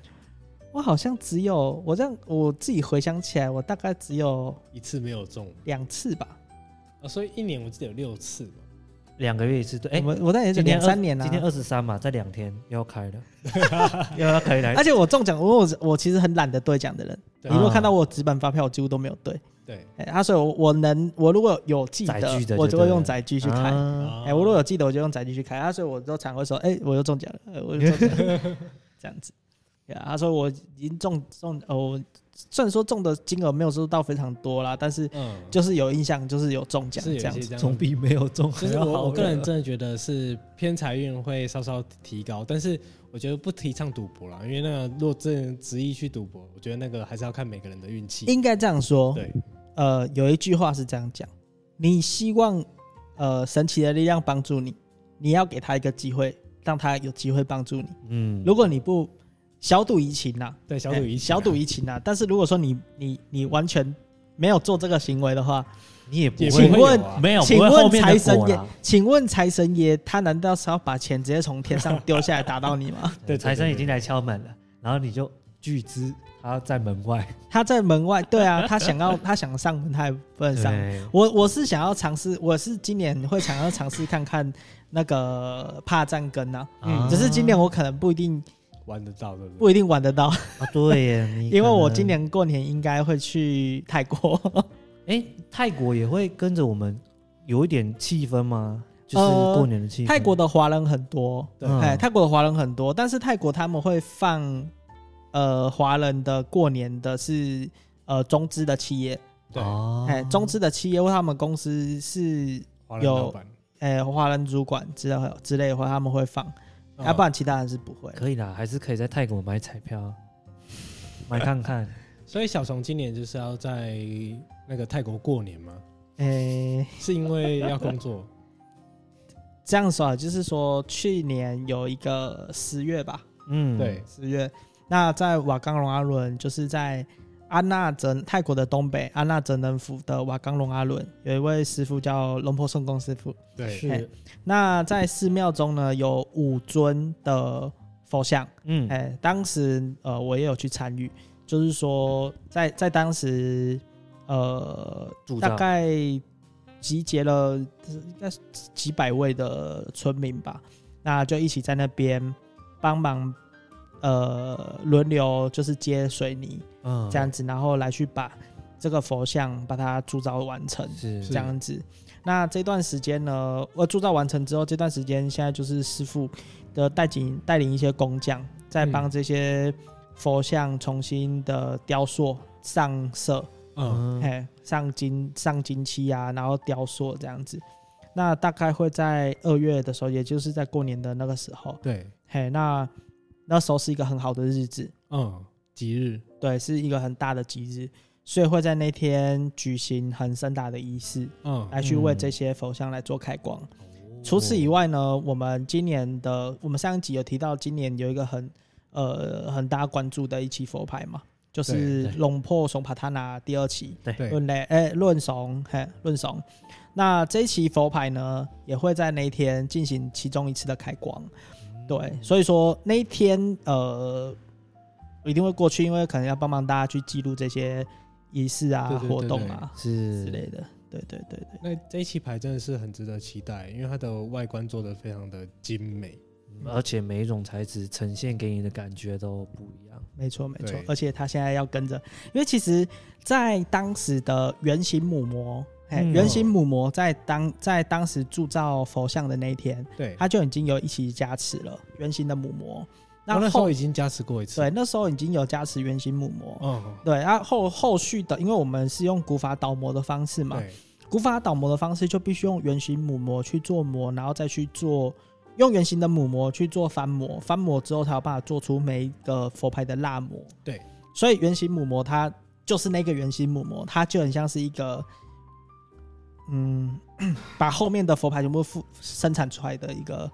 我好像只有我这样，我自己回想起来，我大概只有
一次没有中
两次吧。
啊，所以一年我记得有六次嘛。
两个月一次，对，
我
哎，
们我那也是
今天
两
二
三年啊了、
今天二十三嘛，在两天又 要开了，又要开啊来
而，且我中奖，我我我其实很懒得兑奖的人。
对
你如果
啊
看到我纸本发票，我几乎都没有兑。
对，
哎、啊，所以我我能，我如果有记得
载具的，就
我就会
对了
用载具去开。
啊
哎、我如果有记得，我就用载具去开。啊，所以我都常会说，哎、我又中奖了，哎我又中奖了， 这样子。对啊，他说我已经中中，呃，我虽然说中的金额没有说到非常多啦，但是
嗯，
就是有印象，就是有中奖
是有一
这样
些
子。
这样
总
的。
比没有中
就
还
是
要好
我我个人
了
真的觉得是偏财运会稍稍提高，但是我觉得不提倡赌博啦，因为那个若真的执意去赌博，我觉得那个还是要看每个人的运气。
应该这样说，
对，
呃，有一句话是这样讲：你希望呃神奇的力量帮助你，你要给他一个机会，让他有机会帮助你。
嗯，
如果你不小赌怡情呐、
对，小赌
哎
怡情啊
小赌怡情呐、但是如果说你你你完全没有做这个行为的话，
你也不
也不
会
请
会
问
有啊
没有，
请
不会后
问
面
财
的
神
果
爷
啦，
请问财神爷，他难道是要把钱直接从天上丢下来打到你吗？
对对对
财神已经来敲门了，然后你就拒之，他在门外，
他在门外，对 啊，他想要他想上门，他也不能上。
对
我我是想要尝试，我是今年会想要尝试看看那个帕战根呐、
啊
只是今年我可能不一定
玩得到对不对？
不一定玩得到，
啊，对耶，你
因为
可
我
能
今年过年应该会去泰国。
哎，泰国也会跟着我们有一点气氛吗？就是
呃
过年的气氛，
泰国的华人很多，
对
哎，
嗯
泰国的华人很多，但是泰国他们会放呃华人的过年的是呃中资的企业，
对
哦，
哎，中资的企业或他们公司是
华人老板，
哎华人主管之类之类的话，他们会放，要、
嗯
不然其他人是不会。
哦可以啦，还是可以在泰国买彩票，买看看。
所以小虫今年就是要在那个泰国过年嘛，
哎、
是因为要工作
这样说啊，就是说去年有一个十月吧，
嗯，
对，
十月，那在瓦冈隆阿伦，就是在安纳泽泰国的东北安纳泽能府的瓦冈隆阿伦，有一位师傅叫龙婆圣公师傅。
对
哎
是，
那在寺庙中呢，有五尊的佛像，
嗯，
哎、当时呃我也有去参与，就是说在在当时呃
铸造
大概集结了应该是几百位的村民吧，那就一起在那边帮忙呃轮流就是接水泥
嗯
这样子，然后来去把这个佛像把它铸造完成。
是
这样子。那这段时间呢，我铸造完成之后，这段时间现在就是师傅的带领带领一些工匠，在帮这些佛像重新的雕塑、上色，
嗯，
嗯
哎、上金上金漆啊，然后雕塑这样子。那大概会在二月的时候，也就是在过年的那个时候，
对，
嘿，那那时候是一个很好的日子，
嗯，吉日，
对，是一个很大的吉日，所以会在那天举行很盛大的仪式。
嗯，
来去为
嗯
这些佛像来做开光。除此以外呢，我们今年的我们上一集有提到，今年有一个很呃很大家关注的一期佛牌嘛，就是
对对
龙破怂帕塔纳第二期
对，
论雷哎论怂嘿论怂。那这一期佛牌呢，也会在那一天进行其中一次的开光。
嗯
对，所以说那一天呃我一定会过去，因为可能要帮忙大家去记录这些仪式啊、
对对对
活动
对
啊
是
之类的。对对对对。
那这一期牌真的是很值得期待，因为它的外观做的非常的精美，
嗯而且每一种材质呈现给你的感觉都不一样。
没错，没错
对，
而且他现在要跟着，因为其实，在当时的圆形母模，哎、
嗯
圆形母模在当在当时铸造佛像的那一天，
对，
他就已经有一起加持了圆形的母模。
我哦那时
后
候已经加持过一次，
对，那时候已经有加持圆形母模。
嗯，
对，然、后后续的，因为我们是用古法倒模的方式嘛，
对，
古法倒模的方式就必须用圆形母模去做模，然后再去做用圆形的母模去做翻模，翻模之后才有办法做出每一个佛牌的蜡模。
对，
所以圆形母模它就是那个圆形母模，它就很像是一个，嗯， 把后面的佛牌全部复生产出来的一个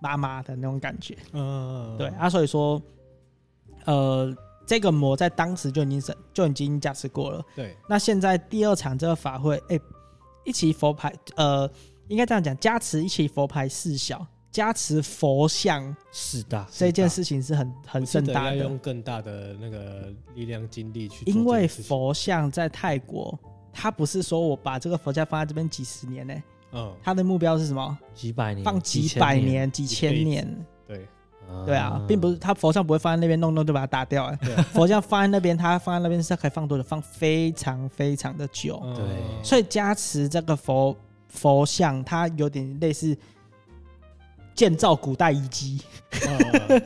妈妈的那种感觉。
嗯，
对啊，所以说，呃，这个模在当时就已经是就已经加持过了。
对，
那现在第二场这个法会，哎、一起佛牌，呃，应该这样讲，加持一起佛牌四小，加持佛像
是的，
这件事情是很很
我记
盛
得
大
要
的，
用更大的那个力量精力去做
因
这
为
件事情，
佛像在泰国，它不是说我把这个佛像放在这边几十年呢、
嗯，
它的目标是什么？
几百年，
放
几
几
千
百，年、几
千
千
年
年，
对，
对啊，并不是它佛像不会放在那边弄弄就把它打 掉、哎
对，
佛像放在那边，它放在那边是可以放多久？放非常非常的久。
嗯
对
所以加持这个佛佛像，它有点类似建造古代遗迹，
嗯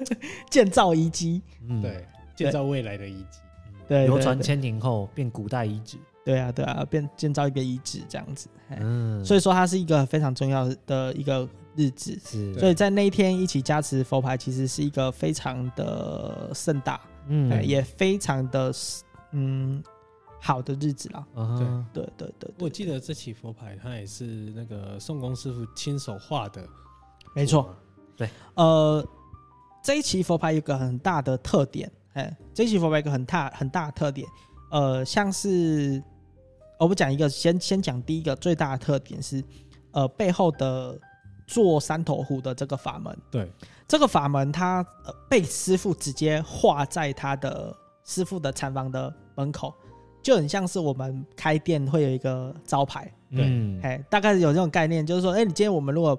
建造遗迹。
嗯，
对，建造未来的遗迹，
对
流
对
传
对
千年后变古代遗址。
对啊，对啊，变建造一个遗址这样子。嘿
嗯，
哎所以说，它是一个非常重要的一个日子。
是，
所以在那一天一起加持佛牌，其实是一个非常的盛大，
嗯
哎也非常的嗯好的日子啦。
啊哈
对对对，
我记得这起佛牌它也是那个宋公师傅亲手画的，
没错。，呃，这一期佛牌有一个很大的特点，哎，这一期佛牌有一个很大很大的特点，呃，像是呃我们讲一个，先先讲第一个最大的特点是，呃，背后的做三头虎的这个法门，
对，
这个法门它、呃、被师傅直接画在他的师傅的禅房的门口，就很像是我们开店会有一个招牌，
对
嗯
哎、大概有这种概念，就是说，哎、你今天我们如果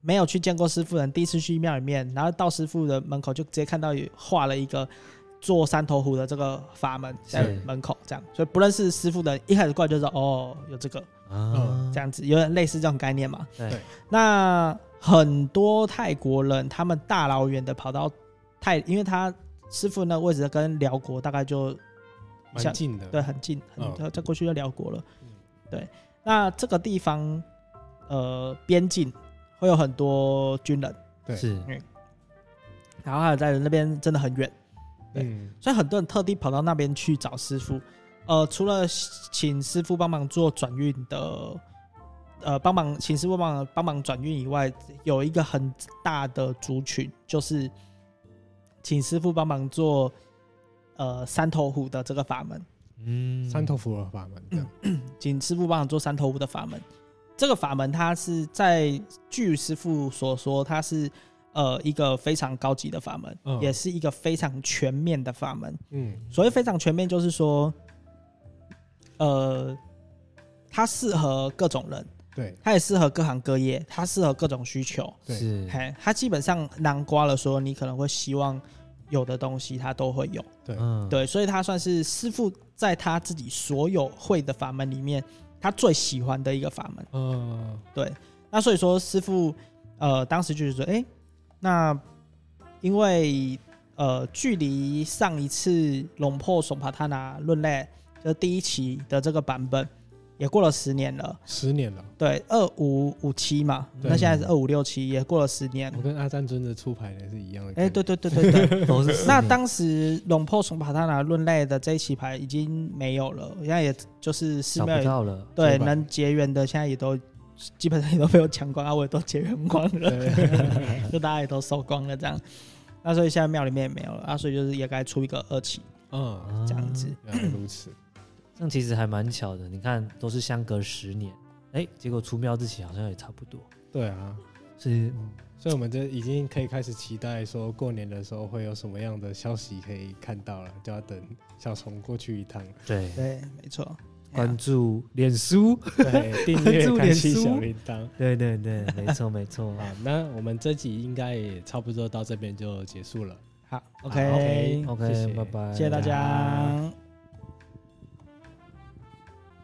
没有去见过师傅的人，第一次去庙里面，然后到师傅的门口就直接看到有画了一个做三头虎的这个法门在
是
门口，这样，所以不认识师傅的人一开始过来就说，哦，有这个
啊，
这样子，有点类似这种概念嘛。
对，
那很多泰国人，他们大老远的跑到泰，因为他师傅那个位置跟辽国大概就像
蛮近的，
对，很近，很
嗯
再过去就辽国了
嗯。
对，那这个地方呃边境会有很多军人，
对
是
然后还有在那边真的很远，
嗯，
所以很多人特地跑到那边去找师傅。呃，除了请师傅帮忙做转运的，呃，帮忙请师傅帮忙帮忙转运以外，有一个很大的族群就是请师傅帮忙做呃三头虎的这个法门。
嗯
三头符合法门这样，
请师傅帮我做三头五的法门。这个法门它是在据师傅所说，它是呃一个非常高级的法门，
嗯
也是一个非常全面的法门。
嗯，
所谓非常全面，就是说，呃，它适合各种人，
对
它也适合各行各业，它适合各种需求。
对
是
嘿，它基本上囊括了说你可能会希望有的东西，它都会有。
嗯，
对，所以他算是师傅在他自己所有会的法门里面，他最喜欢的一个法门。
嗯，
对，那所以说师傅呃当时就是说，哎、那因为呃距离上一次龙破索帕塔纳论类就是第一期的这个版本也过了十年了，
十年了，
对，二五五七嘛，
对
那现在是二五六七，也过了十年。
我跟阿占尊的出牌的是一样的，
哎、对，对对对对，
都是
那当时龙破从帕塔拿论类的这一期牌已经没有了，现在也就是寺
找
庙
不
也
到了，
对
怎么办
能结缘的，现在也都基本上也都被我抢光啊，我也都结缘光了， 就大家也都收光了这样。那所以现在庙里面也没有了啊，所以就是也该出一个二期
嗯，
这样子
啊，。
原来如 此，
这样其实还蛮巧的。你看，都是相隔十年，哎，结果出庙日期好像也差不多，
对啊，
是
所以我们这已经可以开始期待说过年的时候会有什么样的消息可以看到了，就要等小虫过去一 趟，
对。
对，没错。哎呀
关注 脸书，
对，订阅
祝
开
脸
启
书
小铃铛。
对对对，没错没错。
好，那我们这集应该也差不多到这边就结束了。
好
好，OK，
，OK，
OK，
谢谢
拜拜，
谢谢大家。